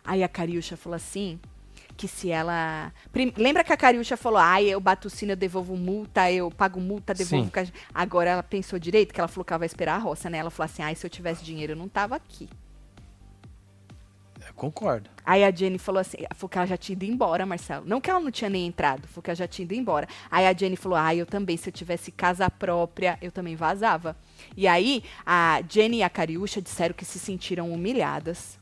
Aí a Cariúcha falou assim, que se ela... Prim- Lembra que a Cariúcha falou, ai, eu batucino, eu devolvo multa, eu pago multa, devolvo...
Sim.
ca- Agora ela pensou direito, que ela falou que ela vai esperar a roça, né? Ela falou assim, ai, se eu tivesse dinheiro, eu não tava aqui.
Eu concordo.
Aí a Jenny falou assim, falou que ela já tinha ido embora, Marcelo. Não que ela não tinha nem entrado, foi que ela já tinha ido embora. Aí a Jenny falou, ah, eu também, se eu tivesse casa própria, eu também vazava. E aí, a Jenny e a Cariúcha disseram que se sentiram humilhadas.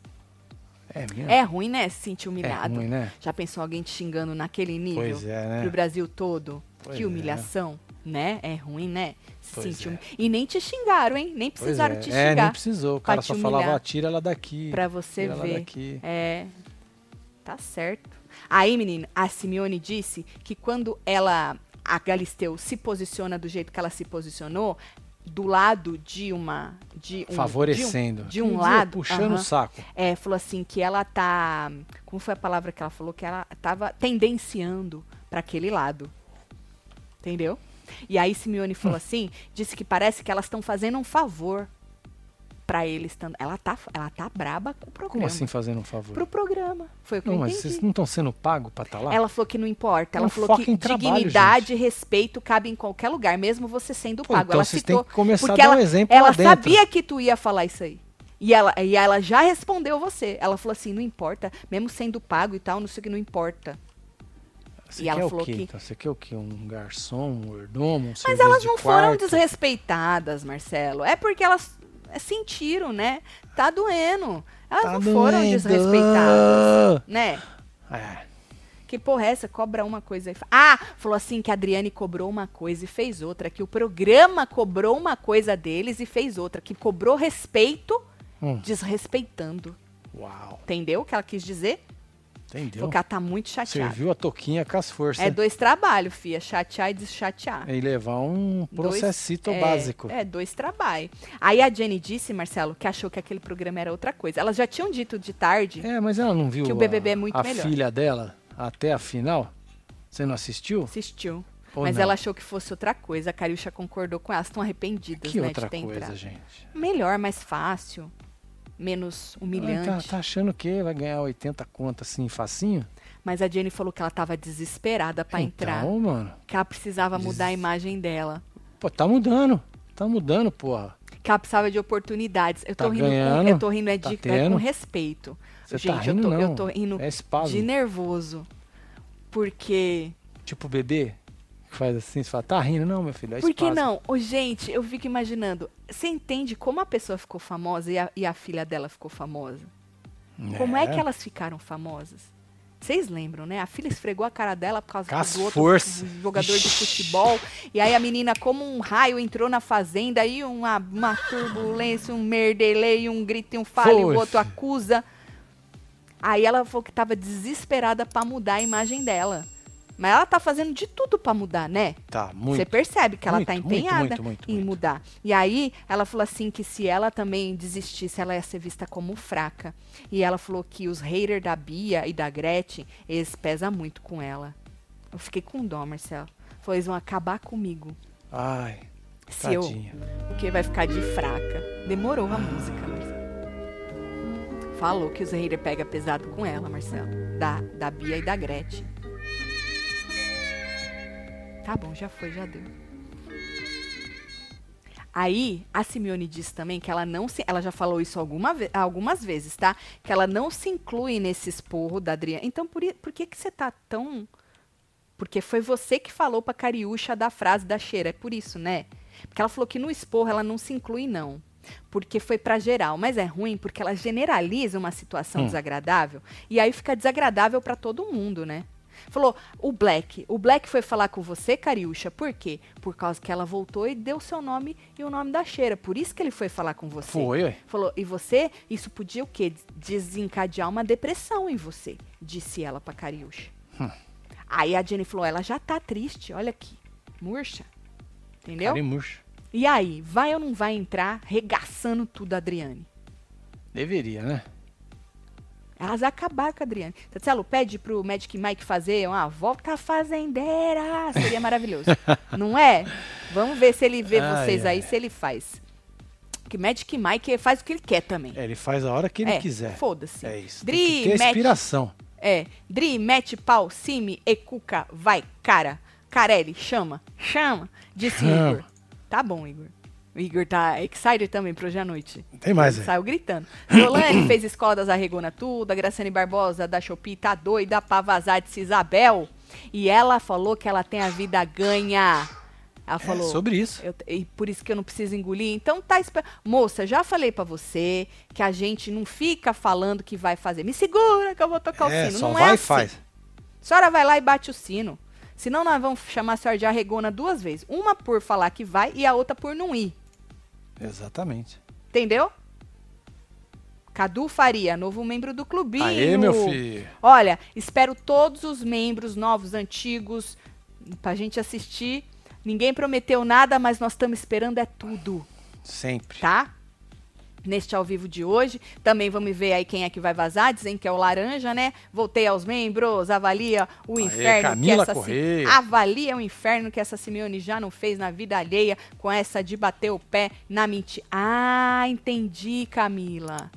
É mesmo.
É ruim, né, se sentir humilhado.
ruim, né?
Já pensou alguém te xingando naquele nível?
Pois é, né?
Pro Brasil todo?
Pois
que
é.
humilhação, né? É ruim, né? Se
Pois
sentir
é.
humi- E nem te xingaram, hein? Nem
Pois
precisaram
é.
te
é, nem
xingar.
precisou. O
pra
cara
te
só falava,
humilhar.
ó, tira ela daqui.
pra você
tira ela
ver.
daqui.
É. Tá certo. Aí, menino, a Simeone disse que quando ela, a Galisteu, se posiciona do jeito que ela se posicionou, do lado de uma. De um,
Favorecendo.
De um, de um
Quer dizer,
lado.
Puxando
aham,
o saco.
é, falou assim que ela tá. Como foi a palavra que ela falou? Que ela tava tendenciando para aquele lado. Entendeu? E aí Simeone
Hum.
falou assim, disse que parece que elas estão fazendo um favor para eles. tam- Ela tá, ela tá braba com o programa.
Como assim fazendo um favor?
Pro programa. Foi o que
Não,
eu
mas
entendi.
vocês não estão sendo pagos pra estar lá?
Ela falou que não importa. Ela
Não
falou
foca
que
em Um trabalho,
dignidade e respeito cabem em qualquer lugar, mesmo você sendo
Pô,
pago.
então
ela
vocês
citou.
têm que começar a
porque
dar um
ela-
exemplo
Ela
lá dentro.
sabia que tu ia falar isso aí. E ela, e ela já respondeu você. Ela falou assim: não importa, mesmo sendo pago e tal, não sei o que, não importa.
Você
e
quer
ela
o
falou
quê,
que-
então? Você quer o quê? Um garçom, um mordomo, um
Mas
serviço
elas
de
não foram
quarto?
desrespeitadas, Marcelo. É porque elas é, sentiram, né? Tá doendo. Elas
Tá
não foram
doendo.
desrespeitadas. Né?
É,
Que porra é essa? Cobra uma coisa e. fa- Ah! Falou assim que a Adriane cobrou uma coisa e fez outra. Que o programa cobrou uma coisa deles e fez outra. Que cobrou respeito,
Hum.
desrespeitando.
uau,
Entendeu o que ela quis dizer?
entendeu?
Porque ela tá muito chateada.
Serviu a toquinha com as forças.
É dois trabalhos, fia. Chatear e deschatear.
E levar um
Dois-
processito
é,
É básico.
É, dois trabalhos. Aí a Jenny disse, Marcelo, que achou que aquele programa era outra coisa. Elas já tinham dito de tarde.
É, mas ela não viu
Que o BBB
a,
é muito
a
melhor.
filha dela até a final? Você não assistiu?
Assistiu.
Ou
mas
não?
ela achou que fosse outra coisa. A Cariúcha concordou com ela. Elas estão arrependidas,
Que
né,
outra
de ter
coisa,
entrado.
gente?
Melhor, mais fácil, menos
Ah, Tá,
humilhante.
tá achando que vai ganhar 80 contas assim, facinho?
Mas a Jenny falou que ela tava desesperada pra entrar,
Então, mano.
que ela precisava
Des-
mudar a imagem dela,
Pô, tá mudando. Tá mudando, porra.
que ela precisava de oportunidades. Eu tô
Tá
rindo, com-
ganhando,
eu tô rindo é
tá
de- é com
tendo.
respeito.
Você
Gente,
tá rindo,
eu tô,
não.
eu tô rindo
É espasmo.
de nervoso. Porque
Tipo bebê, que faz assim, você fala, tá rindo? Não, meu filho, é
Por que
espasmo.
não? Ô, gente, eu fico imaginando. Você entende como a pessoa ficou famosa e a, e a filha dela ficou famosa? Como
Né?
é que elas ficaram famosas? Vocês lembram, né? A filha esfregou a cara dela por causa
Com as
do outro
forças.
jogador de futebol. E aí a menina, como um raio, entrou na fazenda e uma, uma turbulência, um merdelei, um grito e um fale, o
Foi.
outro acusa. Aí ela falou que tava desesperada pra mudar a imagem dela. Mas ela tá fazendo de tudo pra mudar, né?
Tá,
Você
muito.
percebe que ela
Muito,
tá
muito,
empenhada
muito, muito,
em
muito.
mudar. E aí, ela falou assim que se ela também desistisse, ela ia ser vista como fraca. E ela falou que os haters da Bia e da Gretchen, eles pesam muito com ela. Eu fiquei com dó, Marcelo. Falou, eles vão acabar comigo.
Ai,
Se eu,
tadinha.
porque vai ficar de fraca. Demorou a música, Marcelo. Falou que os haters pega pesado com ela, Marcelo. Da, da Bia e da Gretchen. Tá bom, já foi, já deu. Aí, a Simeone disse também que ela não se. Ela já falou isso alguma ve- algumas vezes, tá? Que ela não se inclui nesse esporro da Adriana. Então, por, i- por que, que você tá tão. Porque foi você que falou pra Cariúcha da frase da cheira. É por isso, né? Porque ela falou que no esporro ela não se inclui, não. Porque foi pra geral. Mas é ruim porque ela generaliza uma situação desagradável. E aí fica desagradável pra todo mundo, né? Falou, o Black. O Black foi falar com você, Cariúcha. Por quê? Por causa que ela voltou e deu seu nome e o nome da cheira. Por isso que ele foi falar com você.
Foi, ué.
Falou, e você, isso podia o quê? Desencadear uma depressão em você, disse ela pra Cariúcha.
Hum.
Aí a Jenny falou, ela já tá triste, olha aqui, murcha. Entendeu?
Cara e murcha.
E aí, vai ou não vai entrar regaçando tudo a Adriane?
Deveria, né?
Elas acabaram com a Adriane. Tatcelo, pede pro Magic Mike fazer uma volta fazendeira. Seria
<laughs>
maravilhoso. Não é? Vamos ver se ele vê
Ai,
vocês
ai.
aí, se ele faz. Porque Magic Mike faz o que ele quer também.
É, ele faz a hora que ele
É,
quiser.
Foda-se.
É isso.
Dri,
Tem que ter
mete-
inspiração.
É. Dri, mete pau, Simi e Cuca, vai, cara. Carelli, chama, chama, disse
Chama.
Igor. Tá bom, Igor. O Igor tá excited também pra hoje à noite.
Tem mais né? aí.
Saiu gritando. Jolane <coughs> fez escola das Arregona Tudo, a Graciane Barbosa da Shopee tá doida pra vazar disse Isabel. E ela falou que ela tem a vida ganha. Ela
É,
falou.
sobre isso.
Eu- e por isso que eu não preciso engolir. Então tá esper- Moça, já falei pra você que a gente não fica falando que vai fazer. Me segura que eu vou tocar o
é,
sino.
só
não
vai
é
e
assim.
faz.
A senhora vai lá e bate o sino. Senão nós vamos chamar a senhora de arregona duas vezes. Uma por falar que vai e a outra por não ir.
Exatamente.
Entendeu? Cadu Faria, novo membro do clubinho.
Aê, meu filho.
Olha, espero todos os membros, novos, antigos, pra gente assistir. Ninguém prometeu nada, mas nós estamos esperando é tudo.
Sempre.
tá? Neste ao vivo de hoje. Também vamos ver aí quem é que vai vazar. Dizem que é o Laranja, né? Voltei aos membros. Avalia o
Aê,
inferno
Camila
que essa. Si-
Corrêa.
Avalia o inferno que essa Simeone já não fez na vida alheia com essa de bater o pé na mentira. Ah, entendi, Camila.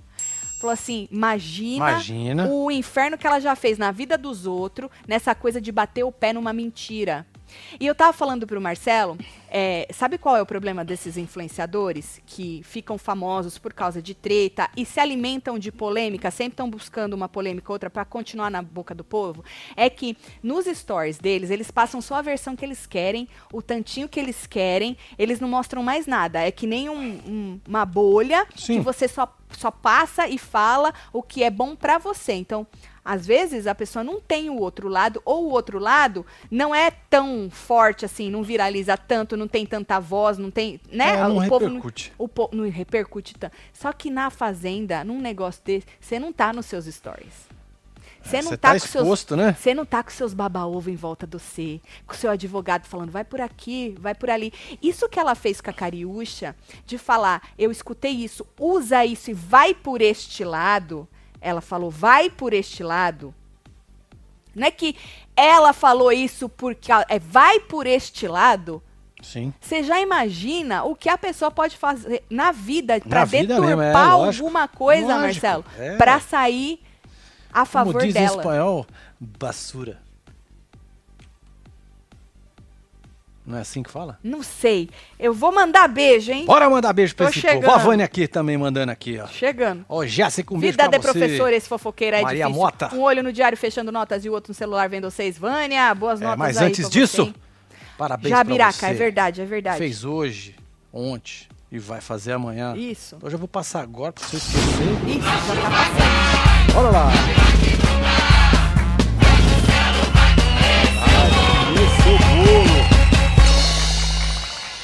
Falou assim: imagina
Imagina.
o né, inferno que ela já fez na vida dos outros, nessa coisa de bater o pé numa mentira. E eu tava falando pro Marcelo, é, sabe qual é o problema desses influenciadores que ficam famosos por causa de treta e se alimentam de polêmica, sempre estão buscando uma polêmica ou outra pra continuar na boca do povo? É que nos stories deles, eles passam só a versão que eles querem, o tantinho que eles querem, eles não mostram mais nada. É que nem um- um- uma bolha que
Sim.
você só, só passa e fala o que é bom pra você. Então, às vezes a pessoa não tem o outro lado, ou o outro lado não é tão forte assim, não viraliza tanto, não tem tanta voz, não tem. Né?
É, não
o povo não,
repercute.
o po- não repercute tanto. Só que na fazenda, num negócio desse, você não tá nos seus stories. Você não
Você
tá,
tá
com seus.
exposto, né?
Você não tá com seus baba-ovo em volta do C, com seu advogado falando, vai por aqui, vai por ali. Isso que ela fez com a Cariúcha, de falar, eu escutei isso, usa isso e vai por este lado. Ela falou, vai por este lado. Não é que ela falou isso porque ela- é vai por este lado.
Sim.
Você já imagina o que a pessoa pode fazer na vida pra
Na vida
deturpar
mesmo, é, lógico.
alguma coisa,
Lógico,
Marcelo,
é.
pra sair a favor
Como diz em
dela.
espanhol, basura. Não é assim que fala?
Não sei. Eu vou mandar beijo, hein?
Bora mandar beijo pra
Tô
esse
chegando.
povo. Ó, a Vânia aqui também mandando aqui, ó.
Chegando.
Ó, Jéssica, um beijo
Vida
pra
de
você.
professora, esse fofoqueiro é
Maria
difícil.
Mota.
Um olho no diário fechando notas e o outro no celular vendo vocês. Vânia, boas
É,
notas
mas
aí
antes
pra você,
disso,
hein?
parabéns pra você.
Jabiraca, é verdade, é verdade.
Fez hoje, ontem e vai fazer amanhã.
Isso.
Então eu já vou passar agora pra você esquecer.
Isso, já tá passando.
Bora lá.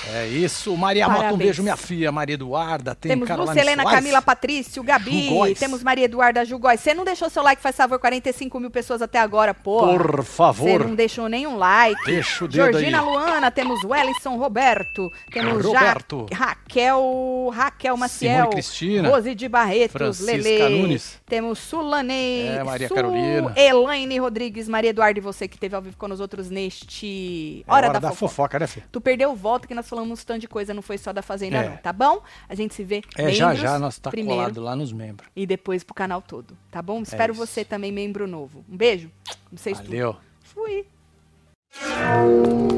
É isso, Maria Mota, um
Parabéns.
beijo, minha filha, Maria Eduarda, tem
Temos
Caroline
Lúcia Helena,
Soares.
Camila Patrício, Gabi.
Ju Góes.
Temos Maria Eduarda Jugóis. Você não deixou seu like, faz favor, 45 mil pessoas até agora, pô.
Por
Você
favor,
não deixou nenhum like.
deixa o dedo
Georgina
aí.
Luana, temos Wellington Roberto, temos Ja-
Roberto.
Raquel, Raquel Maciel,
Simone Cristina.
Rose de Barretos,
Francisca
Lele,
Nunes.
temos Sulanei,
É, Maria
Su,
Carolina.
Elaine Rodrigues, Maria Eduarda e você que esteve ao vivo com nós outros neste
É
Hora, da, Fofoca.
fofoca, né, filha?
Tu perdeu o voto que nós falamos um tanto de coisa, não foi só da Fazenda
É.
não, tá bom? A gente se vê
É, já
membros
já nós tá
primeiro
colado lá nos membros.
e depois pro canal todo, tá bom? Espero
isso.
você também, membro novo. Um beijo, vocês tudo.
Valeu.
Fui.